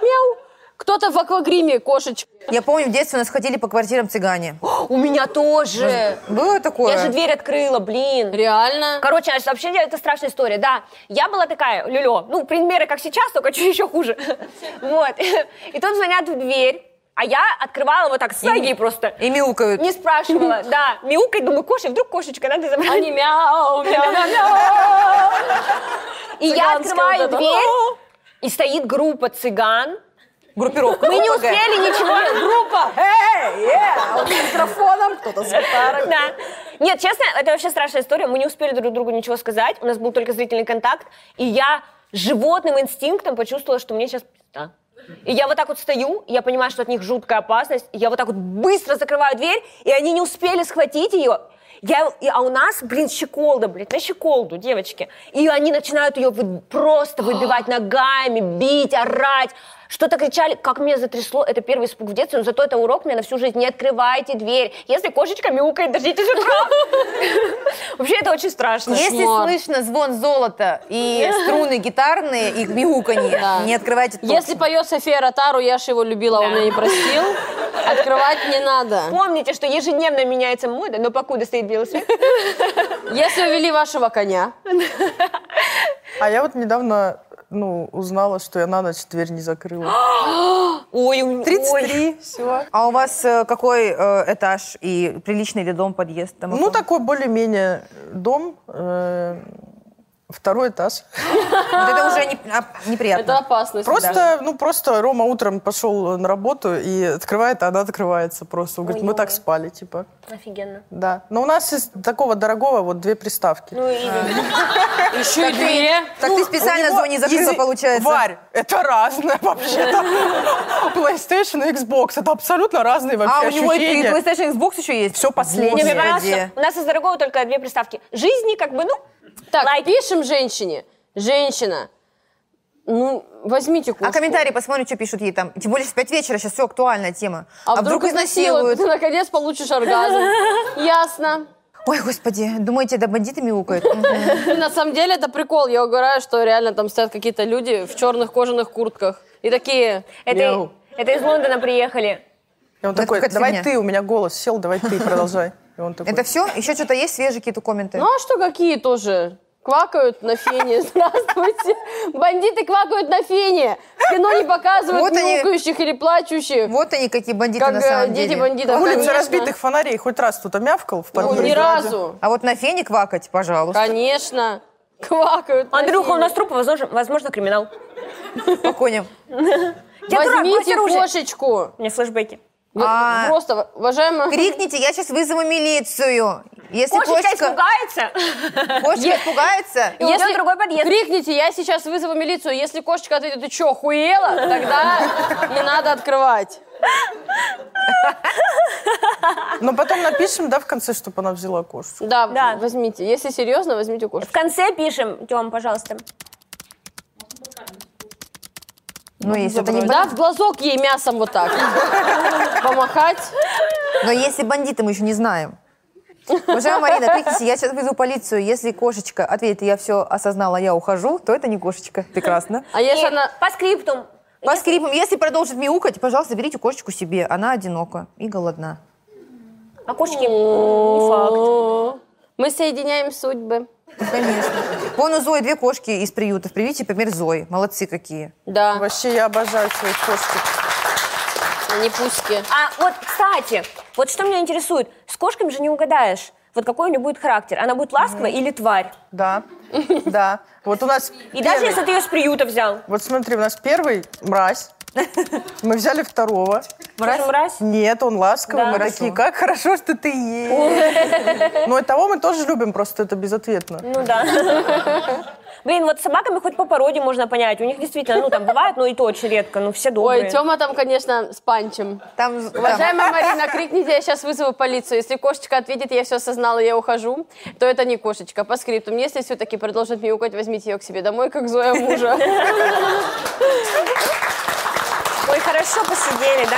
Speaker 1: Мяу. Кто-то в аквагриме кошечка.
Speaker 2: Я помню, в детстве у нас ходили по квартирам цыгане.
Speaker 3: У меня тоже.
Speaker 2: Было такое?
Speaker 3: Я же дверь открыла, блин.
Speaker 1: Реально.
Speaker 3: Короче, Ася, вообще это страшная история, да. Я была такая, люлё, ну, примеры как сейчас, только чуть еще хуже. Вот. И тут звонят в дверь, а я открывала вот так с ноги просто.
Speaker 2: И мяукают.
Speaker 3: Не спрашивала, да. Мяукает, думаю, кошек, вдруг кошечка, надо забрать.
Speaker 1: Они А мяу, мяу, мяу, мяу.
Speaker 3: И я
Speaker 1: цыганская
Speaker 3: открываю
Speaker 1: вот эта.
Speaker 3: дверь, и стоит группа цыган.
Speaker 2: Группировка.
Speaker 3: Мы не успели ничего. Группа!
Speaker 2: микрофоном, кто-то с гитарой.
Speaker 3: Да. Нет, честно, это вообще страшная история. Мы не успели друг другу ничего сказать. У нас был только зрительный контакт. И я животным инстинктом почувствовала, что мне сейчас пизда. И я вот так вот стою, и я понимаю, что от них жуткая опасность. И я вот так вот быстро закрываю дверь, и они не успели схватить ее. Я, и- а у нас, блин, щеколда, блядь, на щеколду, девочки. И они начинают ее вы- просто выбивать ногами, бить, орать. Что-то кричали, как меня затрясло, это первый испуг в детстве, но зато это урок мне на всю жизнь. Не открывайте дверь. Если кошечка мяукает, дождитесь утра. Вообще это очень страшно.
Speaker 2: Если
Speaker 1: Кошмар.
Speaker 2: слышно звон золота и струны гитарные, и мяуканье,
Speaker 1: Да.
Speaker 2: не открывайте точно.
Speaker 1: Если поет София Ротару, я же его любила, он
Speaker 3: Да.
Speaker 1: меня не простил. Открывать не надо.
Speaker 3: Помните, что ежедневно меняется мода, но покуда стоит белый свет.
Speaker 1: Если увели вашего коня,
Speaker 6: А я вот недавно ну, узнала, что я на ночь дверь не
Speaker 1: А!
Speaker 6: закрыла.
Speaker 3: Ой, у- ой.
Speaker 6: 33 всего.
Speaker 2: А у вас э, какой э, этаж и приличный ли дом, подъезд? Там
Speaker 6: Ну,
Speaker 2: около?
Speaker 6: такой более-менее дом. э, Второй этаж.
Speaker 2: Вот это уже не- а,
Speaker 1: это
Speaker 2: неприятно.
Speaker 1: опасность.
Speaker 6: Просто,
Speaker 1: да.
Speaker 6: ну, просто Рома утром пошел на работу и открывает, а она открывается просто. Он говорит, мы
Speaker 3: Ой-ой.
Speaker 6: так спали, типа.
Speaker 3: Офигенно.
Speaker 6: Да. Но у нас из такого дорогого вот две приставки.
Speaker 3: Ну и
Speaker 1: Еще и двери.
Speaker 2: Так ты специально
Speaker 6: него
Speaker 2: зону не закрыла,
Speaker 6: язы-
Speaker 2: получается?
Speaker 6: Варь, это разное вообще-то. PlayStation и Xbox, это абсолютно разные
Speaker 2: А
Speaker 6: вообще
Speaker 2: у него и
Speaker 6: ощущения.
Speaker 2: PlayStation Xbox еще есть?
Speaker 6: Все
Speaker 3: Мне
Speaker 2: Господи.
Speaker 6: последнее.
Speaker 3: понравилось, что у нас из дорогого только две приставки. Жизни, как бы, ну,
Speaker 1: Так,
Speaker 3: Лайк.
Speaker 1: пишем женщине. Женщина, ну, возьмите кошку.
Speaker 2: А комментарии посмотрим, что пишут ей там. Тем более, сейчас 5 вечера, сейчас все актуальная тема.
Speaker 1: А вдруг, изнасилуют? Ты наконец получишь оргазм. Ясно.
Speaker 2: Ой, господи, думаете, да бандиты мяукают? Мгм.
Speaker 1: На самом деле это прикол. Я угораю, что реально там стоят какие-то люди в черных кожаных куртках. И такие...
Speaker 3: это,
Speaker 6: Мяу.
Speaker 3: это из Лондона приехали.
Speaker 6: И он
Speaker 2: Это
Speaker 6: такой,
Speaker 2: какая-то
Speaker 6: давай
Speaker 2: фигня.
Speaker 6: ты, у меня голос сел, давай ты, продолжай. И он такой,
Speaker 2: Это все? Еще что-то есть? Свежие какие-то комменты?
Speaker 1: Ну а что какие тоже? Квакают на фене. Здравствуйте. Бандиты квакают на фене. В кино не показывают
Speaker 2: Вот они-
Speaker 1: мяукающих или плачущих.
Speaker 2: Вот они какие бандиты
Speaker 1: Как
Speaker 2: на
Speaker 1: э,
Speaker 2: самом
Speaker 1: дети
Speaker 2: деле.
Speaker 1: бандитов.
Speaker 6: улица
Speaker 1: Конечно.
Speaker 6: «Ну, разбитых фонарей, хоть раз кто-то мявкал в
Speaker 1: Ну,
Speaker 6: подъезде?
Speaker 1: ни разу.
Speaker 2: А вот на фене квакать, пожалуйста.
Speaker 1: Конечно. Квакают на
Speaker 3: Андрюха,
Speaker 1: фене.
Speaker 3: у нас трупа, возможно, возможно, криминал.
Speaker 2: По коням.
Speaker 3: Я дурак, брось
Speaker 1: Возьмите
Speaker 3: оружие.
Speaker 1: кошечку.
Speaker 3: У меня флешбеки.
Speaker 1: Вы-
Speaker 2: А.
Speaker 1: Просто, уважаемая...
Speaker 2: Крикните, я сейчас вызову милицию. Если
Speaker 3: Кошечка
Speaker 2: кошка,
Speaker 3: испугается.
Speaker 2: кошечка испугается,
Speaker 3: И уйдет в другой подъезд.
Speaker 1: Крикните, я сейчас вызову милицию. Если кошечка ответит, ты чё, хуела? Тогда не надо открывать.
Speaker 6: Но потом напишем, да, в конце, чтобы она взяла кошку.
Speaker 1: Да,
Speaker 3: Да.
Speaker 1: возьмите. Если серьезно, возьмите
Speaker 3: В
Speaker 1: кошечку.
Speaker 3: конце пишем, Тём, пожалуйста.
Speaker 2: ну если это не
Speaker 1: Да, в глазок ей мясом вот так. Помахать.
Speaker 2: бан- но если бандиты мы еще не знаем. Уважаемая Марина, откликнись, я сейчас вызову полицию. Если кошечка ответит, я все осознала, я ухожу, то это не кошечка. Прекрасно.
Speaker 1: А если она...
Speaker 3: По скриптум.
Speaker 2: По скрипам, если продолжит мяукать, пожалуйста, берите кошечку себе. Она одинока и голодна.
Speaker 3: А кошечки не факт.
Speaker 1: О, Мы соединяем судьбы.
Speaker 2: Конечно. Вон у Зои две кошки из приютов. Приведите пример Зои. Молодцы какие.
Speaker 1: Да,
Speaker 6: Вообще, я обожаю своих кошек.
Speaker 1: они пуски.
Speaker 3: А вот, кстати, вот что меня интересует, с кошками же не угадаешь, вот какой у нее будет характер. Она будет ласковая или тварь.
Speaker 6: Да, да. Вот у нас
Speaker 3: И даже
Speaker 6: первый-
Speaker 3: если ты ее с приюта взял.
Speaker 6: Вот смотри, у нас первый мразь. Мы взяли второго.
Speaker 3: Мразь? Мразь?
Speaker 6: Нет, он ласковый.
Speaker 3: Да.
Speaker 6: Мы такие, как хорошо, что ты есть. Но и того мы тоже любим, просто это безответно.
Speaker 3: Ну да. Блин, вот с собаками хоть по породе можно понять. У них действительно, ну там бывает, но и то очень редко. Ну все добрые.
Speaker 1: Ой, Тёма там, конечно, с панчем.
Speaker 2: Там, там-
Speaker 1: Уважаемая Марина, крикните, я сейчас вызову полицию. Если кошечка ответит, я все осознала, я ухожу, то это не кошечка. По скрипту. Если все-таки продолжит мяукать, возьмите ее к себе домой, как Зоя мужа.
Speaker 3: Ой, хорошо посидели, да?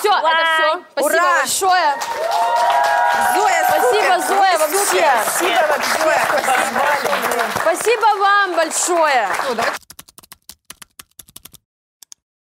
Speaker 1: Все, это все. Спасибо
Speaker 2: Ура!
Speaker 1: большое.
Speaker 2: Зоя,
Speaker 1: Спасибо,
Speaker 2: супер.
Speaker 1: Зоя, вообще.
Speaker 2: Спасибо, Зоя.
Speaker 1: Спасибо вам большое.
Speaker 2: Ну, давай.